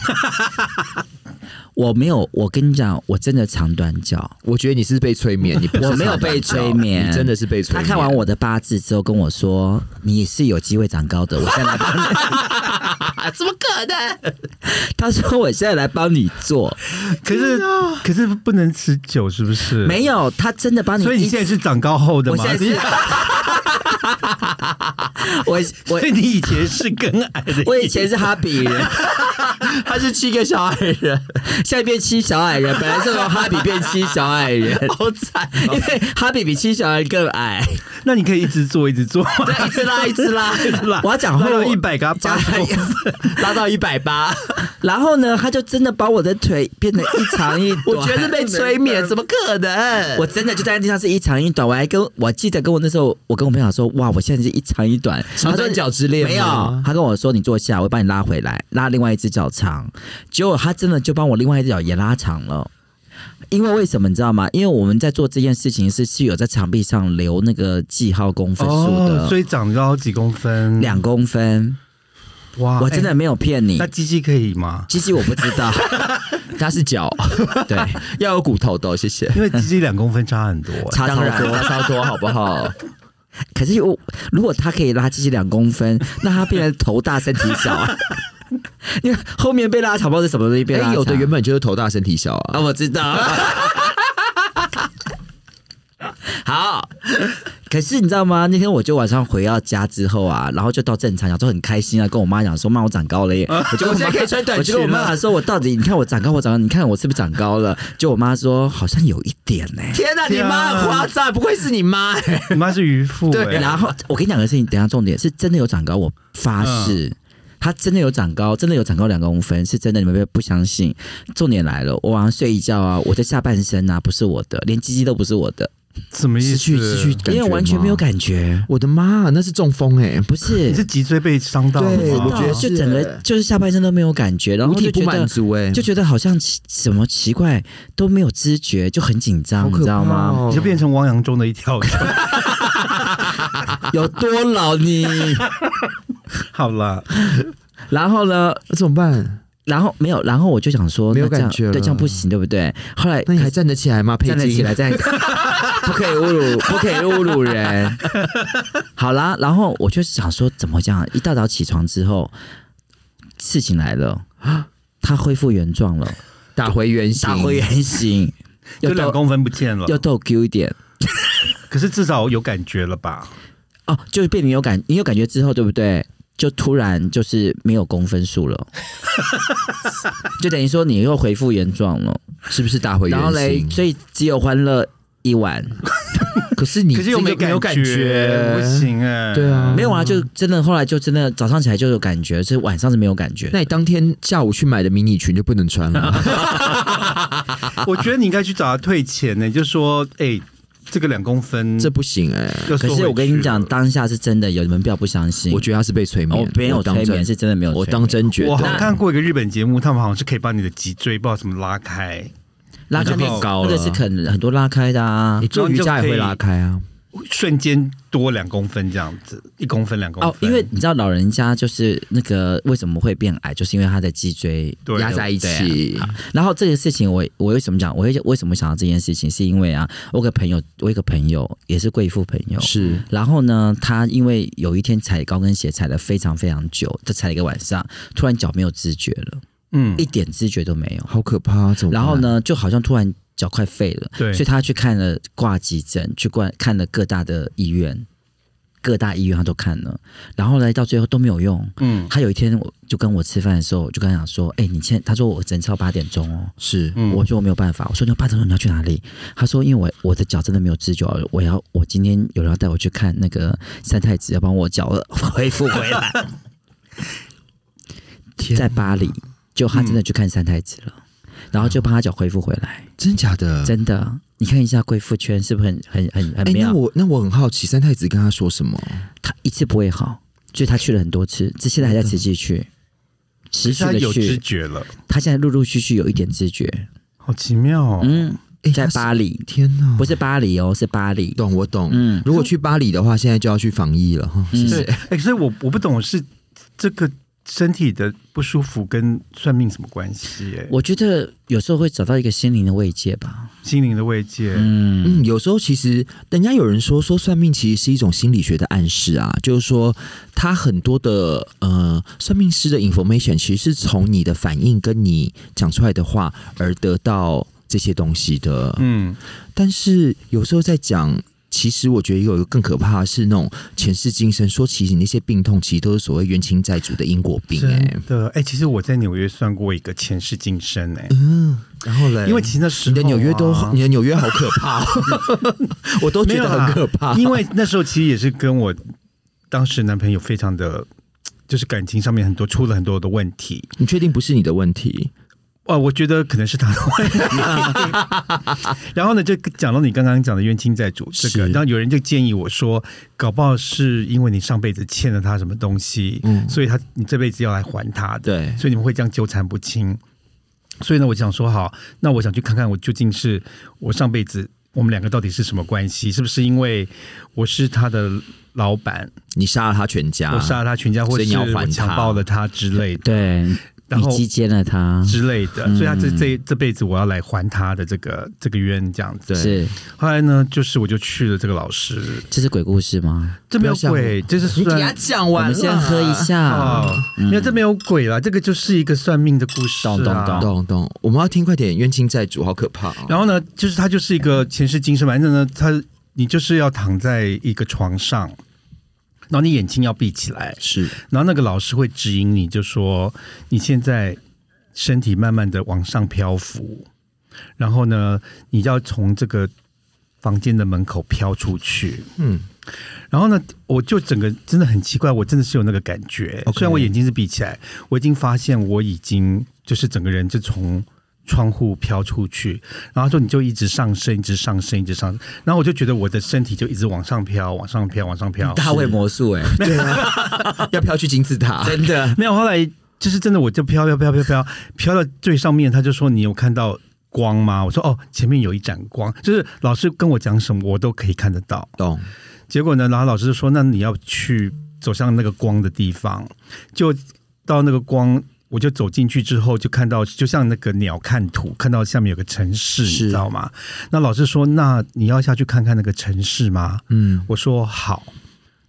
[SPEAKER 3] 我没有，我跟你讲，我真的长短脚，
[SPEAKER 2] 我觉得你是被催眠，你不是
[SPEAKER 3] 我没有
[SPEAKER 2] 长
[SPEAKER 3] 被
[SPEAKER 2] 大了
[SPEAKER 3] 催眠
[SPEAKER 2] 你真的是被催
[SPEAKER 3] 他
[SPEAKER 2] 眠。
[SPEAKER 3] 看完我的八字之后跟我说：“你是有机会长高的，我现在来帮你。” 怎么可能？他说：“我现在来帮你做。
[SPEAKER 1] 可是可是不能持久，是不”是？
[SPEAKER 3] 啊没有，他真的帮你一。
[SPEAKER 1] 所以你现在是长高后的
[SPEAKER 3] 我
[SPEAKER 1] 吗？
[SPEAKER 3] 现在是， 我我，
[SPEAKER 1] 所以你以前是更矮的
[SPEAKER 3] 我以前是哈比 人，
[SPEAKER 2] 他是七个小矮人，
[SPEAKER 3] 现在变七小矮人，本来是从哈比变七小矮 人，
[SPEAKER 2] 好惨哦。
[SPEAKER 3] 因为哈比比七小矮人更矮，
[SPEAKER 1] 那你可以一直做，一直 做，
[SPEAKER 3] 一直拉一直拉
[SPEAKER 1] 一直拉
[SPEAKER 3] 我要讲话
[SPEAKER 1] 拉到一百个八十公分，
[SPEAKER 2] 拉到一百八，
[SPEAKER 3] 然后呢，他就真的把我的腿变得一长一 短。
[SPEAKER 2] 我觉得被催眠，怎么可能？
[SPEAKER 3] 我真的就在地上是一长一短，我还跟我记得跟我那时候，我跟我朋友说，哇，我现在是一长一短，
[SPEAKER 2] 长短脚之恋吗
[SPEAKER 3] 没有，他跟我说你坐下，我会帮你拉回来，拉另外一只脚长，结果他真的就帮我另外一只脚也拉长了。因为为什么你知道吗？因为我们在做这件事情是是有在墙壁上留那个记号公分数
[SPEAKER 2] 哦
[SPEAKER 3] 的，
[SPEAKER 1] 哦所以长高几公分？
[SPEAKER 2] 嗯
[SPEAKER 3] 两公分，
[SPEAKER 1] 哇
[SPEAKER 2] 哦
[SPEAKER 3] 我真
[SPEAKER 1] 哎
[SPEAKER 3] 的没有骗你
[SPEAKER 1] 那。鸡鸡可以吗？
[SPEAKER 3] 其实我不知 道，
[SPEAKER 2] 他是脚，
[SPEAKER 3] 对，
[SPEAKER 2] 要有骨头的哦，谢谢。
[SPEAKER 1] 因为鸡鸡两公分差很多、哎
[SPEAKER 3] 差
[SPEAKER 2] 当
[SPEAKER 3] 超
[SPEAKER 2] 然
[SPEAKER 3] 多。
[SPEAKER 2] 差超多，好不好？
[SPEAKER 3] 可是我如果他可以拉鸡鸡两公分，那他变成头大身体小、啊，因为后面被拉长，不知道是什么东西被拉
[SPEAKER 2] 哎、
[SPEAKER 3] 长。啊
[SPEAKER 2] 有的原哦 本就是头大身体小啊。
[SPEAKER 3] 啊，我知道。好，可是你知道吗？那天我就晚上回到家之后啊，然后就到正常，讲说很开心啊，跟我妈讲说，妈，我长高了耶！我就跟我
[SPEAKER 2] 现
[SPEAKER 3] 妈
[SPEAKER 2] 在可以穿短
[SPEAKER 3] 我就跟我
[SPEAKER 2] 裙了
[SPEAKER 3] 妈说，我到底你看我长高，我长高，你看我是不是长高了？就我妈说，好像有一点呢、
[SPEAKER 2] 天啊哪、你妈很夸张，不愧是你妈、欸。
[SPEAKER 1] 你妈是渔夫、
[SPEAKER 2] 对
[SPEAKER 1] 哎
[SPEAKER 3] 然后我跟你讲个事情，等一下重点是真的有长高，我发
[SPEAKER 2] 嗯
[SPEAKER 3] 誓，他真的有长高，真的有长高两公分，是真的，你们不不相信。重点来了，我晚上睡一觉啊，我的下半身啊不是我的，连鸡鸡都不是我的，
[SPEAKER 1] 什么意思？
[SPEAKER 2] 失去失去，
[SPEAKER 3] 因为完全没有
[SPEAKER 2] 感觉吗。
[SPEAKER 3] 感觉，
[SPEAKER 2] 我的妈、那是中风哎、
[SPEAKER 3] 不是
[SPEAKER 1] 你。是脊椎被伤到了
[SPEAKER 2] 对
[SPEAKER 1] 吗？
[SPEAKER 2] 我觉得
[SPEAKER 3] 就整个就是下半身都没有感觉，然后
[SPEAKER 2] 哦五
[SPEAKER 3] 就
[SPEAKER 2] 体
[SPEAKER 3] 觉
[SPEAKER 2] 不
[SPEAKER 3] 得
[SPEAKER 2] 满足哎、
[SPEAKER 3] 就觉得好像奇什么奇怪都没有知觉，就很紧张，
[SPEAKER 2] 好
[SPEAKER 3] 你
[SPEAKER 2] 可
[SPEAKER 3] 知
[SPEAKER 2] 怕
[SPEAKER 3] 道吗？
[SPEAKER 2] 哦、
[SPEAKER 1] 你就变成汪洋中的一条船。
[SPEAKER 3] 有多 老你？
[SPEAKER 1] 好 啦，
[SPEAKER 3] 然后呢？
[SPEAKER 2] 那怎么办？
[SPEAKER 3] 然后没有，然后我就想说，
[SPEAKER 2] 没有
[SPEAKER 3] 那这样
[SPEAKER 2] 感觉了
[SPEAKER 3] 对，这样不行，对不对？后来
[SPEAKER 2] 那你还站得起来吗？佩
[SPEAKER 3] 站得
[SPEAKER 2] 姬
[SPEAKER 3] 起来，，站得起 来不可以侮辱，不可以侮辱人。好啦，然后我就想说，怎么会这样？一大早起床之后，事情来了，他恢复原状 了，
[SPEAKER 2] 打回原形，
[SPEAKER 3] 打回原形，
[SPEAKER 1] 就
[SPEAKER 3] 又
[SPEAKER 1] 两
[SPEAKER 3] 逗
[SPEAKER 1] 公分不见了，
[SPEAKER 3] 又逗 Q 一点。
[SPEAKER 1] 可是至少有感觉了吧？
[SPEAKER 3] 哦，就是变你有感，你有感觉之后，对不对？就突然就是没有公分数 了，就等于说你又恢复原状了。
[SPEAKER 2] 是不是打回
[SPEAKER 3] 然后嘞
[SPEAKER 2] 原，形？
[SPEAKER 3] 所以只有欢乐一晚，
[SPEAKER 2] 可是你
[SPEAKER 1] 可是又
[SPEAKER 2] 这个
[SPEAKER 1] 没
[SPEAKER 2] 有
[SPEAKER 1] 感
[SPEAKER 2] 感觉
[SPEAKER 1] 不行哎、
[SPEAKER 2] 对啊，
[SPEAKER 3] 没有啊，就真的后来就真的早上起来就有感觉，是晚上是没有感觉的。
[SPEAKER 2] 那你当天下午去买的迷你裙就不能穿了，
[SPEAKER 1] 我觉得你应该去找他退钱呢、就说哎、这个两公分
[SPEAKER 2] 这不行哎、
[SPEAKER 1] 要
[SPEAKER 3] 可
[SPEAKER 1] 缩
[SPEAKER 3] 是
[SPEAKER 1] 回
[SPEAKER 3] 我跟
[SPEAKER 1] 去
[SPEAKER 3] 你
[SPEAKER 1] 了
[SPEAKER 3] 讲，当下是真的有，你们不要不相信。
[SPEAKER 2] 我觉得他是被催眠，
[SPEAKER 3] 我哦没有
[SPEAKER 2] 当
[SPEAKER 3] 催眠，
[SPEAKER 2] 真
[SPEAKER 3] 是真的没有催眠。
[SPEAKER 2] 我当真觉
[SPEAKER 1] 我好
[SPEAKER 2] 得
[SPEAKER 1] 像看过一个日本节目，他们好像是可以把你的脊椎不知道怎么拉开，
[SPEAKER 2] 那
[SPEAKER 3] 拉开
[SPEAKER 2] 就变高
[SPEAKER 3] 那
[SPEAKER 2] 了
[SPEAKER 3] 个是肯很多拉开的啊
[SPEAKER 2] 你。做瑜伽也会拉开啊，
[SPEAKER 1] 瞬间多两公分这样子，一公分两公分。
[SPEAKER 3] 哦，因为你知道老人家就是那个为什么会变矮，就是因为他的脊椎
[SPEAKER 1] 对
[SPEAKER 2] 压在一起，
[SPEAKER 3] 然后这个事情我，我为什么讲？我会为什么想到这件事情？是因为啊，我有个朋友，我有一个朋友也是贵妇朋友，
[SPEAKER 2] 是
[SPEAKER 3] 然后呢，他因为有一天踩高跟鞋踩了非常非常久，他踩了一个晚上，突然脚没有知觉了，
[SPEAKER 1] 嗯
[SPEAKER 3] 一点知觉都没有。
[SPEAKER 2] 好可怕，怎么办？
[SPEAKER 3] 然后呢，就好像突然脚快废了，
[SPEAKER 1] 对
[SPEAKER 3] 所以他去看了挂急诊，去挂看了各大的医院，各大医院他都看了，然后呢，到最后都没有用。
[SPEAKER 1] 嗯
[SPEAKER 3] 他有一天我就跟我吃饭的时候，我就跟他讲说：“哎、你现在他说我只能超八点钟哦。”
[SPEAKER 2] 是
[SPEAKER 1] 嗯，
[SPEAKER 3] 我说我没有办法，我说你八点钟你要去哪里？他说因为我我的脚真的没有知觉，哦我要我今天有人要带我去看那个三太子，要帮我脚 恢复回来，
[SPEAKER 2] 天嗯
[SPEAKER 3] 在巴黎，就他真的去看三太子了，然后就帮他脚恢复回来，
[SPEAKER 2] 真假的？
[SPEAKER 3] 真的，你看一下贵妇圈是不是很很很很
[SPEAKER 2] 嗯哎，
[SPEAKER 3] 妙
[SPEAKER 2] 那？我那我很好奇，三太子跟他说什么？
[SPEAKER 3] 他一次不会好，所以他去了很多次，这现在还在持续去，
[SPEAKER 1] 其
[SPEAKER 3] 持续
[SPEAKER 1] 实他
[SPEAKER 3] 的
[SPEAKER 1] 有知
[SPEAKER 3] 去，
[SPEAKER 1] 觉了，
[SPEAKER 3] 他现在陆陆续续有一点知觉，
[SPEAKER 1] 好奇妙哦。
[SPEAKER 3] 嗯，
[SPEAKER 2] 哎，
[SPEAKER 3] 在
[SPEAKER 2] 他是
[SPEAKER 3] 巴黎，
[SPEAKER 2] 天哪，
[SPEAKER 3] 不是巴黎哦，是巴黎，
[SPEAKER 2] 懂我懂，
[SPEAKER 3] 嗯
[SPEAKER 2] 如果去巴黎的话，现在就要去防疫了哈。
[SPEAKER 3] 嗯
[SPEAKER 2] 谢
[SPEAKER 1] 对，
[SPEAKER 2] 谢。
[SPEAKER 1] 哎、所以我我不懂是这个身体的不舒服跟算命什么关系、哎，
[SPEAKER 3] 我觉得有时候会找到一个心灵的慰藉吧。
[SPEAKER 1] 心灵的慰藉，
[SPEAKER 3] 嗯，
[SPEAKER 2] 嗯，有时候其实人家有人说说算命其实是一种心理学的暗示啊，就是说他很多的呃算命师的 information 其实是从你的反应跟你讲出来的话而得到这些东西的。
[SPEAKER 1] 嗯，
[SPEAKER 2] 但是有时候在讲，其实我觉得有一个更可怕的是那种前世今生，说其实你那些病痛其实都是所谓冤亲债主的因果病、欸。
[SPEAKER 1] 真的，哎、其实我在纽约算过一个前世今生、哎、
[SPEAKER 2] 然后嘞，
[SPEAKER 1] 因为其实那时
[SPEAKER 2] 嗯你
[SPEAKER 1] 候、啊、
[SPEAKER 2] 的纽约都，你的纽约好可怕、哦，我都觉
[SPEAKER 1] 没有
[SPEAKER 2] 得
[SPEAKER 1] 啦
[SPEAKER 2] 很可 怕。
[SPEAKER 1] 因为那时候其实也是跟我当时男朋友非常的，就是感情上面很多出了很多的问题。
[SPEAKER 2] 你确定不是你的问题？
[SPEAKER 1] 哇，我觉得可能是他的问题。 然后呢，就讲到你刚刚讲的冤亲债主这个，
[SPEAKER 2] 是
[SPEAKER 1] 然后有人就建议我说，搞不好是因为你上辈子欠了他什么东西，
[SPEAKER 2] 嗯
[SPEAKER 1] 所以他你这辈子要来还他的，
[SPEAKER 2] 对，
[SPEAKER 1] 所以你们会这样纠缠不清。所以呢，我想说好，那我想去看看我究竟是我上辈子我们两个到底是什么关系？是不是因为我是他的老板，
[SPEAKER 2] 你杀了他全家，
[SPEAKER 1] 我杀了他全家，或
[SPEAKER 2] 所
[SPEAKER 1] 者
[SPEAKER 2] 以你
[SPEAKER 1] 是
[SPEAKER 2] 要
[SPEAKER 1] 我
[SPEAKER 2] 还
[SPEAKER 1] 强
[SPEAKER 2] 他
[SPEAKER 1] 暴了他之类的，
[SPEAKER 3] 对，
[SPEAKER 1] 然
[SPEAKER 3] 你
[SPEAKER 1] 后
[SPEAKER 3] 击奸了他，
[SPEAKER 1] 之类的，所以他这这这辈子我要来还他的这个这个冤这样子。
[SPEAKER 3] 是
[SPEAKER 1] 后来呢，就是我就去了这个老师，
[SPEAKER 3] 这是鬼故事吗？
[SPEAKER 1] 这没有
[SPEAKER 2] 不要吓
[SPEAKER 1] 鬼，就是
[SPEAKER 2] 你给他
[SPEAKER 1] 算
[SPEAKER 2] 讲
[SPEAKER 3] 我
[SPEAKER 2] 完
[SPEAKER 3] 们
[SPEAKER 2] 了，
[SPEAKER 3] 先喝一下，
[SPEAKER 1] 哦，没有这没有鬼啦，这个就是一个算命的故事啊。
[SPEAKER 3] 懂懂懂
[SPEAKER 2] 懂懂，我们要听快点，冤亲债主好可怕、哦。
[SPEAKER 1] 然后呢，就是他就是一个前世今生，反正呢，他你就是要躺在一个床上，然后你眼睛要闭起来，
[SPEAKER 2] 是
[SPEAKER 1] 然后那个老师会指引你，就说你现在身体慢慢的往上漂浮，然后呢，你要从这个房间的门口飘出去。
[SPEAKER 2] 嗯，
[SPEAKER 1] 然后呢，我就整个真的很奇怪，我真的是有那个感觉。
[SPEAKER 2] OK
[SPEAKER 1] 虽然我眼睛是闭起来，我已经发现我已经就是整个人就从。窗户飘出去，然后说你就一直上升，一直上升，一直上升，然后我就觉得我的身体就一直往上飘，往上飘，往上飘。
[SPEAKER 3] 大卫魔术哎、
[SPEAKER 2] 嗯对啊，要飘去金字塔，
[SPEAKER 3] 真的，
[SPEAKER 1] 没有，后来就是真的，我就飘飘飘飘飘飘到最上面，他就说你有看到光吗？我说哦，前面有一盏光，就是老师跟我讲什么，我都可以看得到。
[SPEAKER 2] 懂？
[SPEAKER 1] 结果呢，然后老师就说那你要去走向那个光的地方，就到那个光。我就走进去之后，就看到就像那个鸟看图，看到下面有个城市，你
[SPEAKER 2] 是
[SPEAKER 1] 知道吗？那老师说：“那你要下去看看那个城市吗？”
[SPEAKER 2] 嗯，
[SPEAKER 1] 我说好，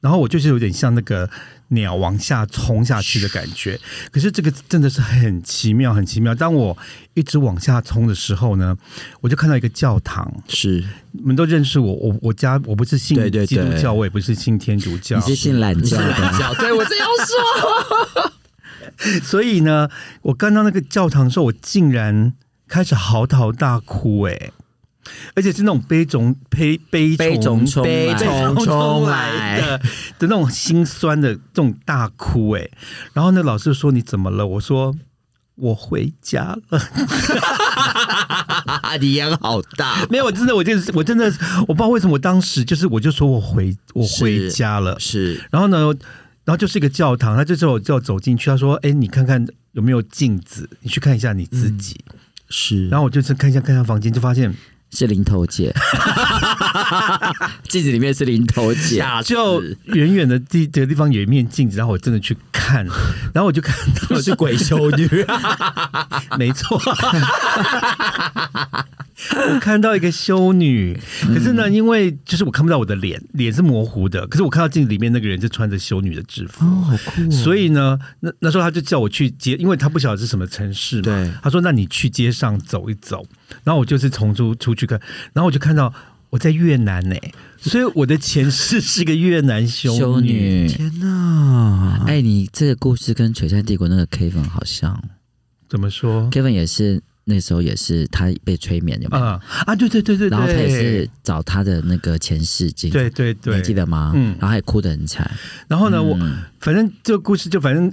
[SPEAKER 1] 然后我就是有点像那个鸟往下冲下去的感觉。可是这个真的是很奇妙，很奇妙。当我一直往下冲的时候呢，我就看到一个教堂。
[SPEAKER 2] 是
[SPEAKER 1] 你们都认识我，我我家我不是信
[SPEAKER 2] 对对对
[SPEAKER 1] 基督教，我也不是信天主教
[SPEAKER 3] 你，是信懒觉的，
[SPEAKER 2] 小对我这样说，
[SPEAKER 1] 所以呢，我看到那个教堂的时候，我竟然开始嚎啕大哭、诶，而且是那种悲从悲悲
[SPEAKER 3] 悲
[SPEAKER 1] 从
[SPEAKER 3] 从中
[SPEAKER 2] 悲
[SPEAKER 3] 来。
[SPEAKER 2] 从
[SPEAKER 1] 冲
[SPEAKER 2] 中
[SPEAKER 1] 来
[SPEAKER 2] 来，
[SPEAKER 1] 的的那种心酸的这种大哭哎、然后呢，老师说你怎么了？我说我回家了。
[SPEAKER 2] 你眼好大，
[SPEAKER 1] 没有，我真的，我就是我真的，我不知道为什么我当时就是我就说我回我回家了。
[SPEAKER 2] 是
[SPEAKER 1] 然后呢，然后就是一个教堂，他就叫我叫我走进去，他说：“哎，你看看有没有镜子，你去看一下你自己。
[SPEAKER 2] 是，
[SPEAKER 1] 然后我就是看一下看一下房间，就发现
[SPEAKER 3] 是零头姐，镜子里面是零头姐，
[SPEAKER 1] 就远远的地这个地方有一面镜子，然后我真的去看，然后我就看到
[SPEAKER 2] 是鬼修女，
[SPEAKER 1] 没错， 我看到一个修女，可是呢，因为就是我看不到我的脸，脸是模糊的，可是我看到镜子里面那个人就穿着修女的制服，
[SPEAKER 2] 哦，好
[SPEAKER 3] 嗯
[SPEAKER 2] 酷
[SPEAKER 1] 所以呢，那那时候他就叫我去街，因为他不晓得是什么城市嘛，
[SPEAKER 2] 对
[SPEAKER 1] 他说那你去街上走一走，然后我就是从出出去看，然后我就看到我在越南呢、 所以我的前世是个越南修女。
[SPEAKER 3] 修女。
[SPEAKER 2] 天哪，
[SPEAKER 3] 哎，你这个故事跟《璀璨帝国》那个 Kevin 好像
[SPEAKER 1] 怎么 说？
[SPEAKER 3] ，Kevin 也是那时候也是他被催眠，有没有？
[SPEAKER 1] 啊啊，对对对对对，
[SPEAKER 3] 然后他也是找他的那个前世镜，
[SPEAKER 1] 对对对，
[SPEAKER 3] 你记得吗？
[SPEAKER 1] 嗯
[SPEAKER 3] 然后他也哭得很惨。
[SPEAKER 1] 然后呢，我
[SPEAKER 3] 嗯
[SPEAKER 1] 反正这个故事就反正，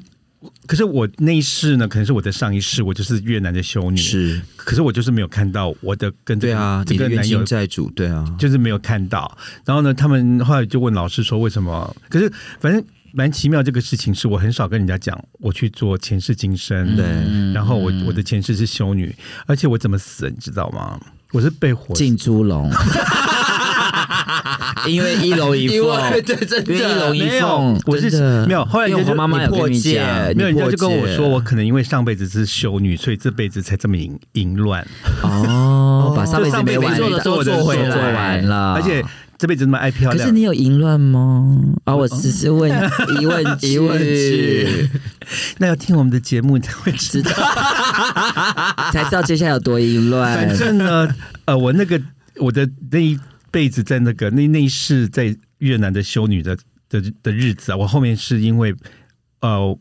[SPEAKER 1] 可是我那一世呢，可能是我的上一世，我就是越南的修女，
[SPEAKER 2] 是
[SPEAKER 1] 可是我就是没有看到我的跟这
[SPEAKER 2] 对
[SPEAKER 1] 个、
[SPEAKER 2] 啊，
[SPEAKER 1] 这
[SPEAKER 2] 你
[SPEAKER 1] 个
[SPEAKER 2] 的冤
[SPEAKER 1] 男友
[SPEAKER 2] 亲。债主，对啊，
[SPEAKER 1] 就是没有看到，然后呢，他们后来就问老师说为什么？可是反正蛮奇妙，这个事情是我很少跟人家讲，我去做前世今生，
[SPEAKER 2] 对
[SPEAKER 3] 嗯
[SPEAKER 1] 然后我我的前世是修女，而且我怎么死的，你知道吗？我是被火
[SPEAKER 3] 进猪 笼，因为一楼一
[SPEAKER 2] 因为
[SPEAKER 3] 凤，
[SPEAKER 2] 对真
[SPEAKER 3] 因为一楼
[SPEAKER 2] 的
[SPEAKER 3] 一
[SPEAKER 1] 没有
[SPEAKER 3] 凤，，
[SPEAKER 1] 我是
[SPEAKER 2] 真的
[SPEAKER 1] 没有。后来
[SPEAKER 3] 因
[SPEAKER 1] 人
[SPEAKER 3] 为
[SPEAKER 1] 家就
[SPEAKER 3] 黄妈妈有跟你
[SPEAKER 2] 你破戒
[SPEAKER 3] 讲，
[SPEAKER 1] 没有，人家就跟我
[SPEAKER 2] 你破戒
[SPEAKER 1] 说，我可能因为上辈子是修女，所以这辈子才这么淫淫乱，
[SPEAKER 3] 哦，把上辈子
[SPEAKER 1] 上辈
[SPEAKER 3] 没
[SPEAKER 1] 子
[SPEAKER 3] 完
[SPEAKER 1] 做的
[SPEAKER 3] 都
[SPEAKER 1] 都做
[SPEAKER 3] 回
[SPEAKER 1] 回来
[SPEAKER 3] 做完了，
[SPEAKER 1] 而且这辈子那么爱漂
[SPEAKER 3] 可是
[SPEAKER 1] 亮。
[SPEAKER 3] 你有淫乱吗？啊，我只是问
[SPEAKER 1] 哦
[SPEAKER 3] 疑问句，
[SPEAKER 2] 疑问句，
[SPEAKER 1] 那要听我们的节目才会知
[SPEAKER 3] 知道才知道接下来有多淫
[SPEAKER 1] 反
[SPEAKER 3] 乱。
[SPEAKER 1] 正呢，呃，我那个我的那一辈子在那个那那一世在越南的修女的的的日子啊，我后面是因为呃，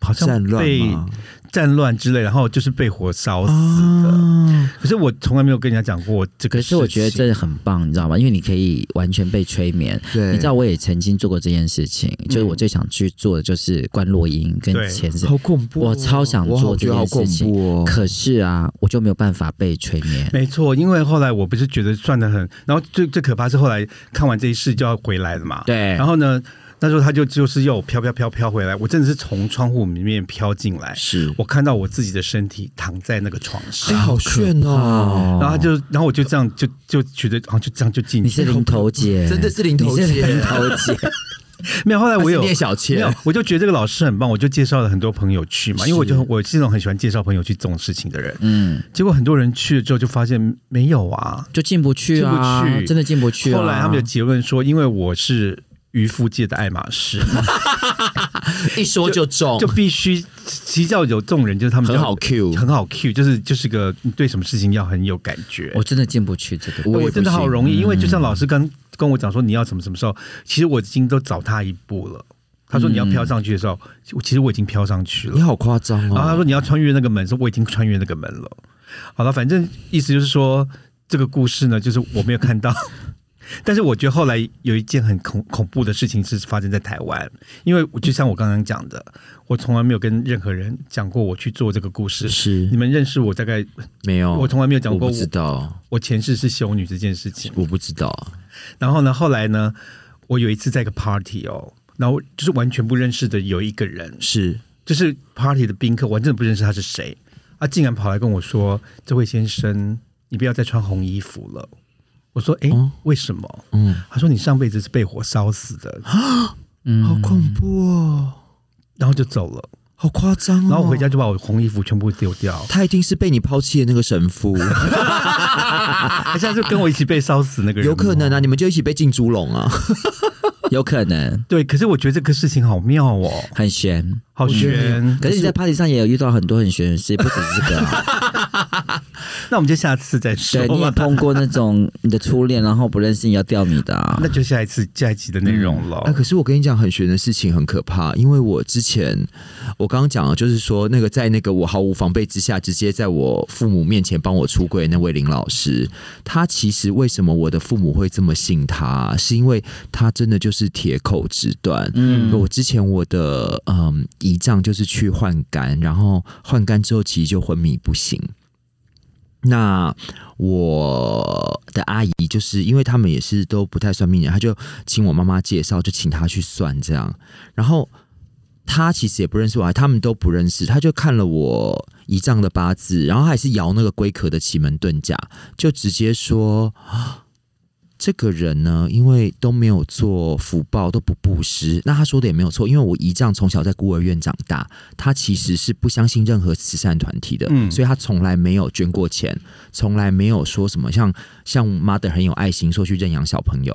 [SPEAKER 1] 好像
[SPEAKER 2] 战乱
[SPEAKER 1] 被
[SPEAKER 2] 嘛啊
[SPEAKER 1] 战乱之类，然后就是被火烧死的。
[SPEAKER 2] 啊，
[SPEAKER 1] 可是我从来没有跟人家讲过这个
[SPEAKER 3] 可
[SPEAKER 1] 事情。
[SPEAKER 3] 是我觉得真的很棒，你知道吗？因为你可以完全被催眠。
[SPEAKER 2] 对
[SPEAKER 3] 你知道我也曾经做过这件事情，就是我最想去做的就是关洛音跟
[SPEAKER 1] 嗯对
[SPEAKER 3] 前世，
[SPEAKER 2] 好恐怖哦，
[SPEAKER 3] 我超想
[SPEAKER 2] 我
[SPEAKER 3] 做
[SPEAKER 2] 好觉
[SPEAKER 3] 这
[SPEAKER 2] 得
[SPEAKER 3] 件
[SPEAKER 2] 好
[SPEAKER 3] 事
[SPEAKER 2] 恐
[SPEAKER 3] 情。
[SPEAKER 2] 怖哦，
[SPEAKER 3] 可是啊，我就没有办法被催眠。
[SPEAKER 1] 没错，因为后来我不是觉得算的很，然后最最可怕是后来看完这一世就要回来了嘛。
[SPEAKER 3] 对
[SPEAKER 1] 然后呢，那时候他就就是又飘飘飘飘回来，我真的是从窗户里面飘进来，
[SPEAKER 2] 是，
[SPEAKER 1] 我看到我自己的身体躺在那个床
[SPEAKER 2] 哎，
[SPEAKER 1] 上，
[SPEAKER 2] 好炫哦，
[SPEAKER 1] 然后他就，然后我就这样就就觉得，啊好像就这样就进
[SPEAKER 3] 你
[SPEAKER 1] 去
[SPEAKER 3] 是。零头 姐，
[SPEAKER 2] 真的是零头姐
[SPEAKER 3] 你是零头姐。
[SPEAKER 1] 没有，后来哎我有
[SPEAKER 2] 还是聂小
[SPEAKER 1] 没有
[SPEAKER 2] 倩，，
[SPEAKER 1] 我就觉得这个老师很棒，我就介绍了很多朋友去嘛，因为我就很我是那种很喜欢介绍朋友去这种事情的人。
[SPEAKER 3] 嗯，
[SPEAKER 1] 结果很多人去了之后就发现没有啊，
[SPEAKER 3] 就进不去啊，
[SPEAKER 1] 进不去
[SPEAKER 3] 真的进不去、啊。
[SPEAKER 1] 后来他们就结论说，因为我是渔夫界的爱马仕，
[SPEAKER 2] 一说就中
[SPEAKER 1] 就必须其教有这种人，就是他们
[SPEAKER 2] 很
[SPEAKER 1] 叫
[SPEAKER 2] 好 Q，
[SPEAKER 1] 很好 Q，就是就是个你对什么事情要很有感觉。
[SPEAKER 3] 我真的进不去这个，
[SPEAKER 2] 嗯
[SPEAKER 1] 我真的好容易，因为就像老师刚跟我讲说你要什么什么时候，其实我已经都早他一步了。他说你
[SPEAKER 2] 嗯
[SPEAKER 1] 要飘上去的时候，其实我已经飘上去了
[SPEAKER 2] 你。好夸张
[SPEAKER 1] 然后他
[SPEAKER 2] 哦！
[SPEAKER 1] 说你要穿越那个门，说我已经穿越那个门了。好了，反正意思就是说，这个故事呢，就是我没有看到。 但是我觉得后来有一件很恐恐怖的事情是发生在台湾，因为我就像我刚刚讲的，我从来没有跟任何人讲过我去做这个故事。你
[SPEAKER 2] 是
[SPEAKER 1] 们认识我大概，
[SPEAKER 2] 没有，
[SPEAKER 1] 我从来没有讲过
[SPEAKER 2] 哦
[SPEAKER 1] 我
[SPEAKER 2] 我不知道，
[SPEAKER 1] 我前世是修女这件事情。
[SPEAKER 2] 我不知道，
[SPEAKER 1] 然后呢，后来呢，我有一次在一个 party 哦，然后就是完全不认识的有一个人，
[SPEAKER 2] 是
[SPEAKER 1] 就是 party 的宾客，我真的不认识他是谁，他竟然跑来跟我说：“这位先生，你不要再穿红衣服了。”我说：“诶，
[SPEAKER 2] 哦
[SPEAKER 1] 为什么？”
[SPEAKER 2] 嗯，
[SPEAKER 1] 他说：“你上辈子是被火烧死的。
[SPEAKER 3] 嗯，
[SPEAKER 2] 好恐怖哦，”
[SPEAKER 1] 然后就走了，
[SPEAKER 2] 好夸张哦！
[SPEAKER 1] 然后回家就把我红衣服全部丢掉，
[SPEAKER 2] 他一定是被你抛弃的那个神父，
[SPEAKER 1] 他现在就跟我一起被烧死那个人，
[SPEAKER 2] 有可能。啊，你们就一起被进猪笼啊！
[SPEAKER 3] 有可能
[SPEAKER 1] 对，可是我觉得这个事情好妙哦，
[SPEAKER 3] 很悬。
[SPEAKER 1] 好悬。
[SPEAKER 3] 可是你在 party 上也有遇到很多很悬的事，不只是这个 啊。
[SPEAKER 1] 那我们就下次再说
[SPEAKER 3] 对，你
[SPEAKER 1] 吧。
[SPEAKER 3] 也碰过那种你的初恋，然后不认识你要钓你的啊
[SPEAKER 1] 那。就下一次下一期的内容了。
[SPEAKER 2] 啊，可是我跟你讲，很悬的事情很可怕，因为我之前我刚刚讲了，就是说那个在那个我毫无防备之下，直接在我父母面前帮我出柜的那位林老师，他其实为什么我的父母会这么信他，是因为他真的就是铁口直断。嗯，我之前我的嗯胰脏就是去换肝，然后换肝之后其实就昏迷不醒。那我的阿姨就是因为他们也是都不太算命人，她就请我妈妈介绍，就请她去算这样。然后她其实也不认识我，他们都不认识，她就看了我姨丈的八字，然后她还是摇那个龟壳的奇门遁甲，就直接说。啊这个人呢，因为都没有做福报，都不布施。那她说的也没有错，因为我姨丈从小在孤儿院长大，他其实是不相信任何慈善团体的，
[SPEAKER 1] 嗯
[SPEAKER 2] 所以他从来没有捐过钱，从来没有说什么像像 mother 很有爱心，说去认养小朋友。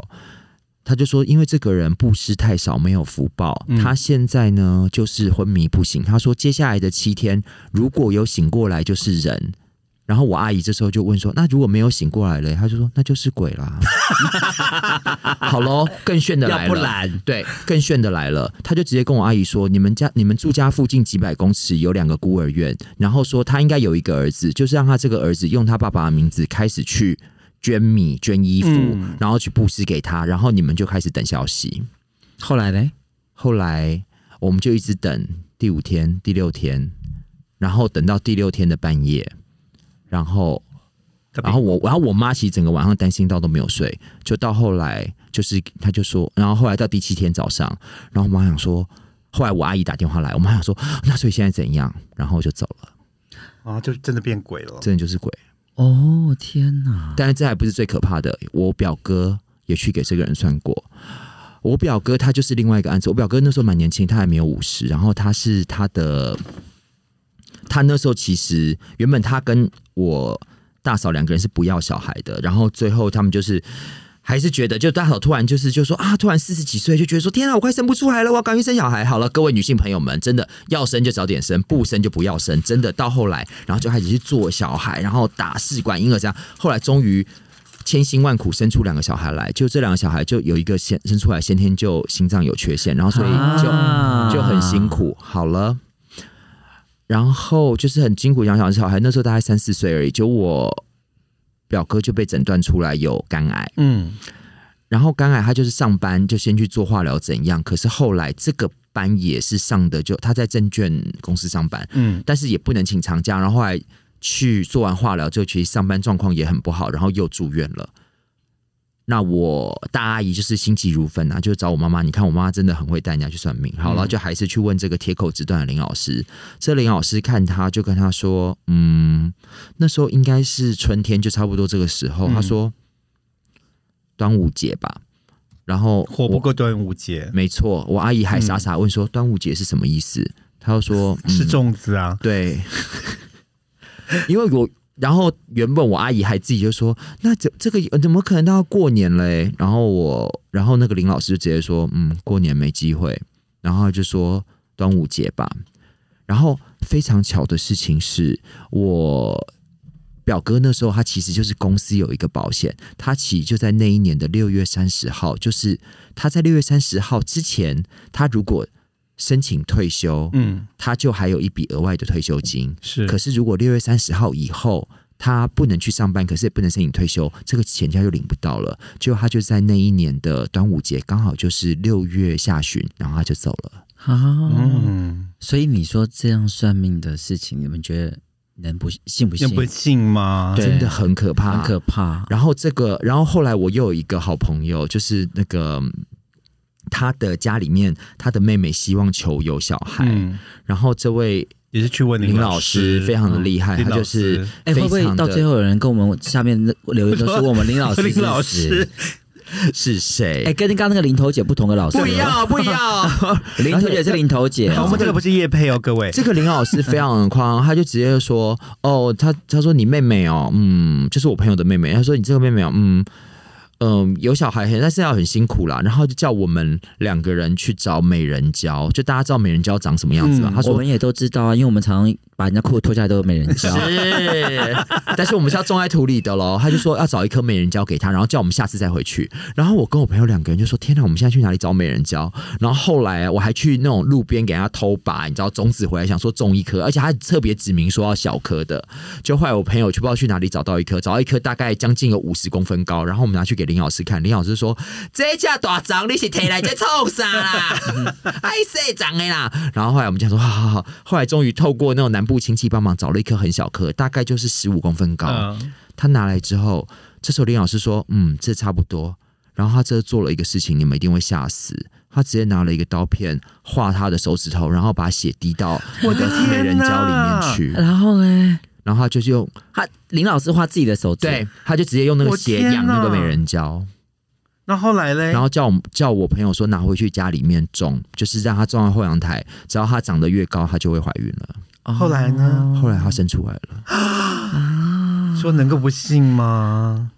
[SPEAKER 2] 他就说，因为这个人布施太少，没有福报，
[SPEAKER 1] 嗯
[SPEAKER 2] 他现在呢就是昏迷不醒。他说，接下来的七天如果有醒过来就是人。然后我阿姨这时候就问说：“那如果没有醒过来嘞？”他就说：“那就是鬼 啦。”好喽，更炫的来了，
[SPEAKER 3] 要不然
[SPEAKER 2] 对，更炫的来了，他就直接跟我阿姨说：“你们家你们住家附近几百公尺有两个孤儿院，然后说他应该有一个儿子，就是让他这个儿子用他爸爸的名字开始去捐米、捐衣服，
[SPEAKER 1] 嗯
[SPEAKER 2] 然后去布施给他，然后你们就开始等消息。
[SPEAKER 3] 后来嘞，
[SPEAKER 2] 后来我们就一直等第五天、第六天，然后等到第六天的半夜，然后
[SPEAKER 1] 特啊别
[SPEAKER 2] 然后我，然后我妈其实整个晚上担心到都没有睡，就到后来就是她就说，然后后来到第七天早上，然后我妈想说，后来我阿姨打电话来，我妈想说，那所以现在怎样？然后就走了，
[SPEAKER 1] 啊，就真的变鬼了。
[SPEAKER 2] 真的就是鬼。
[SPEAKER 3] 哦天哪，
[SPEAKER 2] 但是这还不是最可怕的，我表哥也去给这个人算过。我表哥他就是另外一个案子，我表哥那时候蛮年轻，他还没有五十，然后他是他的，他那时候其实原本他跟我大嫂两个人是不要小孩的，然后最后他们就是。还是觉得，就大嫂突然就是就说啊，突然四十几岁就觉得说，天啊，我快生不出来了，我要赶紧生小孩。好了，各位女性朋友们，真的要生就早点生，不生就不要生。真的到后来，然后就开始去做小孩，然后打试管婴儿这样，后来终于千辛万苦生出两个小孩来，就这两个小孩就有一个先生出来先天就心脏有缺陷，然后所以就、
[SPEAKER 3] 啊
[SPEAKER 2] 就很辛苦。好了。然后就是很辛苦养小小孩，那时候大概三四岁而已。就我表哥就被诊断出来有肝癌，
[SPEAKER 1] 嗯，
[SPEAKER 2] 然后肝癌他就是上班就先去做化疗怎样，可是后来这个班也是上的就他在证券公司上班，
[SPEAKER 1] 嗯，
[SPEAKER 2] 但是也不能请长假，然后后来去做完化疗之后，其实上班状况也很不好，然后又住院了。那我大阿姨就是心急如焚啊，就找我妈妈。你看我妈妈真的很会带人家去算命，
[SPEAKER 1] 嗯
[SPEAKER 2] 好，然后就还是去问这个铁口直断的林老师。这林老师看他就跟他说，嗯，那时候应该是春天，就差不多这个时候。
[SPEAKER 1] 嗯
[SPEAKER 2] 他说端午节吧，然后
[SPEAKER 1] 活不
[SPEAKER 2] 我
[SPEAKER 1] 过端午节，
[SPEAKER 2] 没错，我阿姨还傻傻问说、端午节是什么意思？他就说、嗯、
[SPEAKER 1] 吃粽子啊，
[SPEAKER 2] 对， 因为我然后原本我阿姨还自己就说，那这这个呃怎么可能到过年嘞？然后我然后那个林老师就直接说，嗯，过年没机会，然后就说端午节吧。然后非常巧的事情是我表哥那时候他其实就是公司有一个保险，他其实就在那一年的六月三十号，就是他在六月三十号之前，他如果申请退休，
[SPEAKER 1] 嗯，
[SPEAKER 2] 他就还有一笔额外的退休金。
[SPEAKER 1] 是，
[SPEAKER 2] 可是如果六月三十号以后他不能去上班，可是也不能申请退休，这个钱他就领不到了。结果他就在那一年的端午节，刚好就是六月下旬，然后他就走了。
[SPEAKER 3] 啊，
[SPEAKER 1] 嗯，
[SPEAKER 3] 所以你说这样算命的事情，你们觉得能不信不信
[SPEAKER 1] 那？嗯不信啊吗？
[SPEAKER 3] 对
[SPEAKER 2] 真的很可怕，
[SPEAKER 3] 很可怕。
[SPEAKER 2] 然后这个，然后后来我又有一个好朋友，就是那个嗯他的家里面，他的妹妹希望求有小孩，
[SPEAKER 1] 嗯，
[SPEAKER 2] 然后这位
[SPEAKER 1] 也是去问
[SPEAKER 2] 哎林
[SPEAKER 1] 老
[SPEAKER 2] 老师非常的厉害，
[SPEAKER 1] 嗯
[SPEAKER 2] 他就是
[SPEAKER 3] 哎、会不会到最
[SPEAKER 2] 后
[SPEAKER 3] 后有人跟我们下面留言都是问我们林 老师？
[SPEAKER 1] 林老
[SPEAKER 3] 是
[SPEAKER 1] 师
[SPEAKER 3] 不是，
[SPEAKER 2] 是谁？
[SPEAKER 3] 哎、跟刚刚那个林头姐不同的老师，
[SPEAKER 2] 不要不要！
[SPEAKER 3] 林头姐是林头姐、
[SPEAKER 1] 好我
[SPEAKER 3] 哦
[SPEAKER 1] 们，这个不是叶配哦，各位，
[SPEAKER 2] 这个林老师非常夸张，他就直接说：“哦，他他说你妹妹哦，嗯，就是我朋友的妹妹。他说你这个妹妹哦，嗯嗯，有小孩很，但是要很辛苦啦。然后就叫我们两个人去找美人蕉，就大家知道美人蕉长什么样子吗？
[SPEAKER 1] 嗯
[SPEAKER 2] 他
[SPEAKER 3] 我
[SPEAKER 2] 说
[SPEAKER 3] 们也都知道啊，因为我们常常把人家裤子脱下来都有美人蕉。
[SPEAKER 2] 是，但是我们是要种在土里的喽。他就说要找一颗美人蕉给他，然后叫我们下次再回去。然后我跟我朋友两个人就说：“天哪，我们现在去哪里找美人蕉？”然后后来我还去那种路边给他偷拔，你知道种子回来，想说种一颗，而且他特别指明说要小颗的。就后来我朋友去不知道去哪里找到一颗，找到一颗大概将近有五十公分高，然后我们拿去给林老师看，林老师说：“这架大长你是提来这臭啥啦？哎，谁长的啦？”然后后来我们就说：“好好好。”后来终于透过那种南部亲戚帮忙找了一颗很小颗，大概就是十五公分高。
[SPEAKER 1] 嗯，
[SPEAKER 2] 他拿来之后，这时候林老师说：“嗯，这差不多。”然后他这做了一个事情，你们一定会吓死。他直接拿了一个刀片划他的手指头，然后把血滴到
[SPEAKER 1] 我的
[SPEAKER 2] 美
[SPEAKER 1] 天
[SPEAKER 2] 人蕉里
[SPEAKER 1] 哪
[SPEAKER 2] 面！去，
[SPEAKER 3] 然后呢，
[SPEAKER 2] 然后他就是用
[SPEAKER 3] 他林老师画自己的手指，
[SPEAKER 2] 对，他就直接用那个
[SPEAKER 1] 我
[SPEAKER 2] 血
[SPEAKER 1] 天
[SPEAKER 2] 养那个
[SPEAKER 1] 哪
[SPEAKER 2] 美人蕉。
[SPEAKER 1] 那后来嘞？
[SPEAKER 2] 然后叫我们叫我朋友说拿回去家里面种，就是让它种在后阳台，只要它长得越高，它就会怀孕了。
[SPEAKER 3] 哦
[SPEAKER 1] 后来呢？
[SPEAKER 2] 后来它生出来了，
[SPEAKER 1] 说能够不信吗？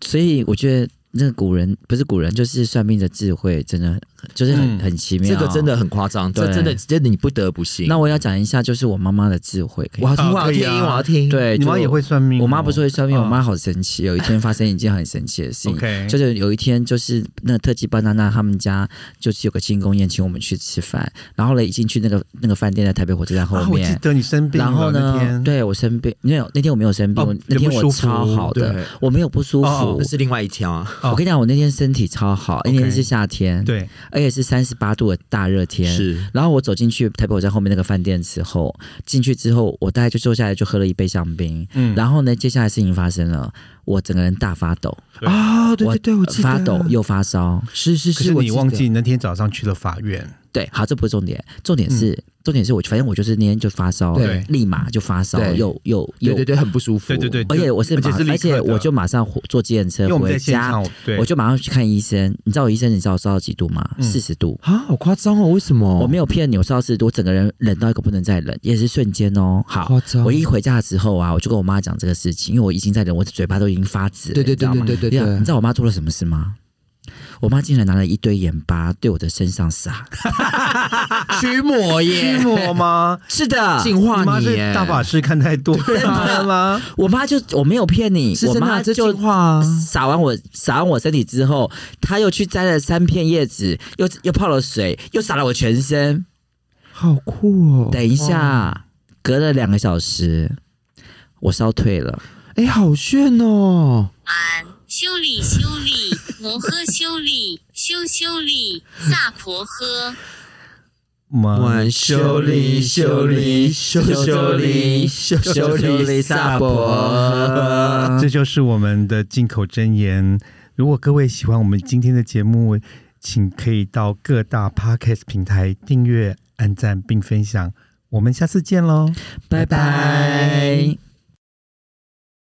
[SPEAKER 3] 所以我觉得那个古人不是古人，就是算命的智慧，真的很就是
[SPEAKER 1] 嗯
[SPEAKER 3] 很、很奇妙。
[SPEAKER 2] 这个真的。很夸张，这
[SPEAKER 3] 对
[SPEAKER 2] 真的真的你不得不信。
[SPEAKER 3] 那我要讲一下，就是我妈妈的智慧。可以
[SPEAKER 2] 我要听，
[SPEAKER 1] 啊
[SPEAKER 2] 我要
[SPEAKER 1] 可以
[SPEAKER 2] 听，
[SPEAKER 1] 啊
[SPEAKER 2] 我要听。，
[SPEAKER 3] 对，
[SPEAKER 1] 你
[SPEAKER 3] 就
[SPEAKER 1] 妈也会算命哦？
[SPEAKER 3] 我妈不是会算命，
[SPEAKER 1] 嗯
[SPEAKER 3] 我妈好神奇。有一天发生一件很神奇的事情，
[SPEAKER 1] OK，
[SPEAKER 3] 就是有一天，就是那特级班娜娜他们家就是有个庆功宴，请我们去吃饭。然后嘞，一进去那个那个饭店在台北火车站后
[SPEAKER 1] 啊，我
[SPEAKER 3] 面，
[SPEAKER 1] 记得你生病了
[SPEAKER 3] 然后
[SPEAKER 1] 那
[SPEAKER 3] 呢，
[SPEAKER 1] 天，
[SPEAKER 3] 对我生病，没有那天我没有生病，
[SPEAKER 1] 哦
[SPEAKER 3] 我那天
[SPEAKER 1] 有不舒
[SPEAKER 3] 我
[SPEAKER 1] 服
[SPEAKER 3] 超好的，
[SPEAKER 2] 对
[SPEAKER 3] 我没有不舒服。
[SPEAKER 1] 哦
[SPEAKER 2] 那是另外一条啊。
[SPEAKER 1] 哦
[SPEAKER 3] 我跟你讲，我那天身体超好，因为那
[SPEAKER 1] OK
[SPEAKER 3] 天是夏天，，
[SPEAKER 1] 对，
[SPEAKER 3] 而且是三十八度的大热天。。
[SPEAKER 2] 是
[SPEAKER 3] 然后我走进去台北火车站后面那个饭店之后，进去之后，我大概就坐下来就喝了一杯香槟。
[SPEAKER 1] 嗯
[SPEAKER 3] 然后呢，接下来事情发生了，我整个人大发抖，
[SPEAKER 1] 对
[SPEAKER 2] 啊，对
[SPEAKER 3] 我
[SPEAKER 2] 对对，我记得
[SPEAKER 3] 发抖又发烧。
[SPEAKER 2] 是是
[SPEAKER 1] 可是
[SPEAKER 2] 我
[SPEAKER 1] 你
[SPEAKER 2] 记得
[SPEAKER 1] 忘记你那天早上去了法院，
[SPEAKER 3] 对，好，这不是重点，重点
[SPEAKER 1] 嗯
[SPEAKER 3] 是、重点是我反正我就是那天就发烧，
[SPEAKER 2] 对
[SPEAKER 3] 立马就发烧，
[SPEAKER 2] 对
[SPEAKER 3] 又又又
[SPEAKER 2] 对对对，很不舒服。
[SPEAKER 1] 对对对，
[SPEAKER 3] 而且我是
[SPEAKER 1] 而且
[SPEAKER 3] 马，
[SPEAKER 1] 是立刻的
[SPEAKER 3] 而且我就马上火坐计程车
[SPEAKER 1] 因为我们
[SPEAKER 3] 回
[SPEAKER 1] 在现
[SPEAKER 3] 家
[SPEAKER 1] 场，，对，
[SPEAKER 3] 我就马上去看医生。你知道我医生你知道我烧到几度吗？
[SPEAKER 1] 嗯
[SPEAKER 3] 四十、度。
[SPEAKER 2] 啊，好夸张哦，为什么？
[SPEAKER 3] 我没
[SPEAKER 2] 有
[SPEAKER 3] 有骗你，我烧到四十度，我整个人冷到一个不能再冷，也是瞬间哦。好，
[SPEAKER 2] 夸张，
[SPEAKER 3] 我一回家的时候啊，我就跟我妈讲这个事情，因为我已经在冷，我的嘴巴都已经发紫了，
[SPEAKER 2] 对对
[SPEAKER 3] 你知
[SPEAKER 2] 对
[SPEAKER 3] 道吗
[SPEAKER 2] 对对对
[SPEAKER 3] 你知道你
[SPEAKER 2] 对
[SPEAKER 3] 知，道我妈做了什么事吗？我妈竟然拿了一堆盐巴对我的身上撒，
[SPEAKER 2] 啊驱魔
[SPEAKER 1] 驱
[SPEAKER 2] 耶，
[SPEAKER 1] 魔吗？
[SPEAKER 3] 是的，
[SPEAKER 2] 净
[SPEAKER 1] 你
[SPEAKER 2] 化
[SPEAKER 1] 妈是
[SPEAKER 2] 耶，啊
[SPEAKER 1] 大法师看太多了，
[SPEAKER 3] 我妈就我没有骗你，
[SPEAKER 2] 是
[SPEAKER 3] 我
[SPEAKER 2] 真的
[SPEAKER 3] 妈
[SPEAKER 2] 啊，这
[SPEAKER 3] 就
[SPEAKER 2] 净化啊。
[SPEAKER 3] 撒完我撒完我身体之后，他又去摘了三片叶子，又又泡了水，又撒了我全身。
[SPEAKER 2] 好酷哦！
[SPEAKER 3] 等一下，隔了两个小时，我烧退了。
[SPEAKER 2] 哎，好炫哦！
[SPEAKER 4] 修理修理，摩诃修理，修修理，萨婆诃。
[SPEAKER 1] 晚
[SPEAKER 2] 晚修理修理修修理修修理萨婆。
[SPEAKER 1] 这就是我们的进口真言。如果各位喜欢我们今天的节目，请可以到各大 podcast 平台订阅、按赞并分享。我们下次见喽！
[SPEAKER 2] 拜
[SPEAKER 3] 拜拜
[SPEAKER 2] 拜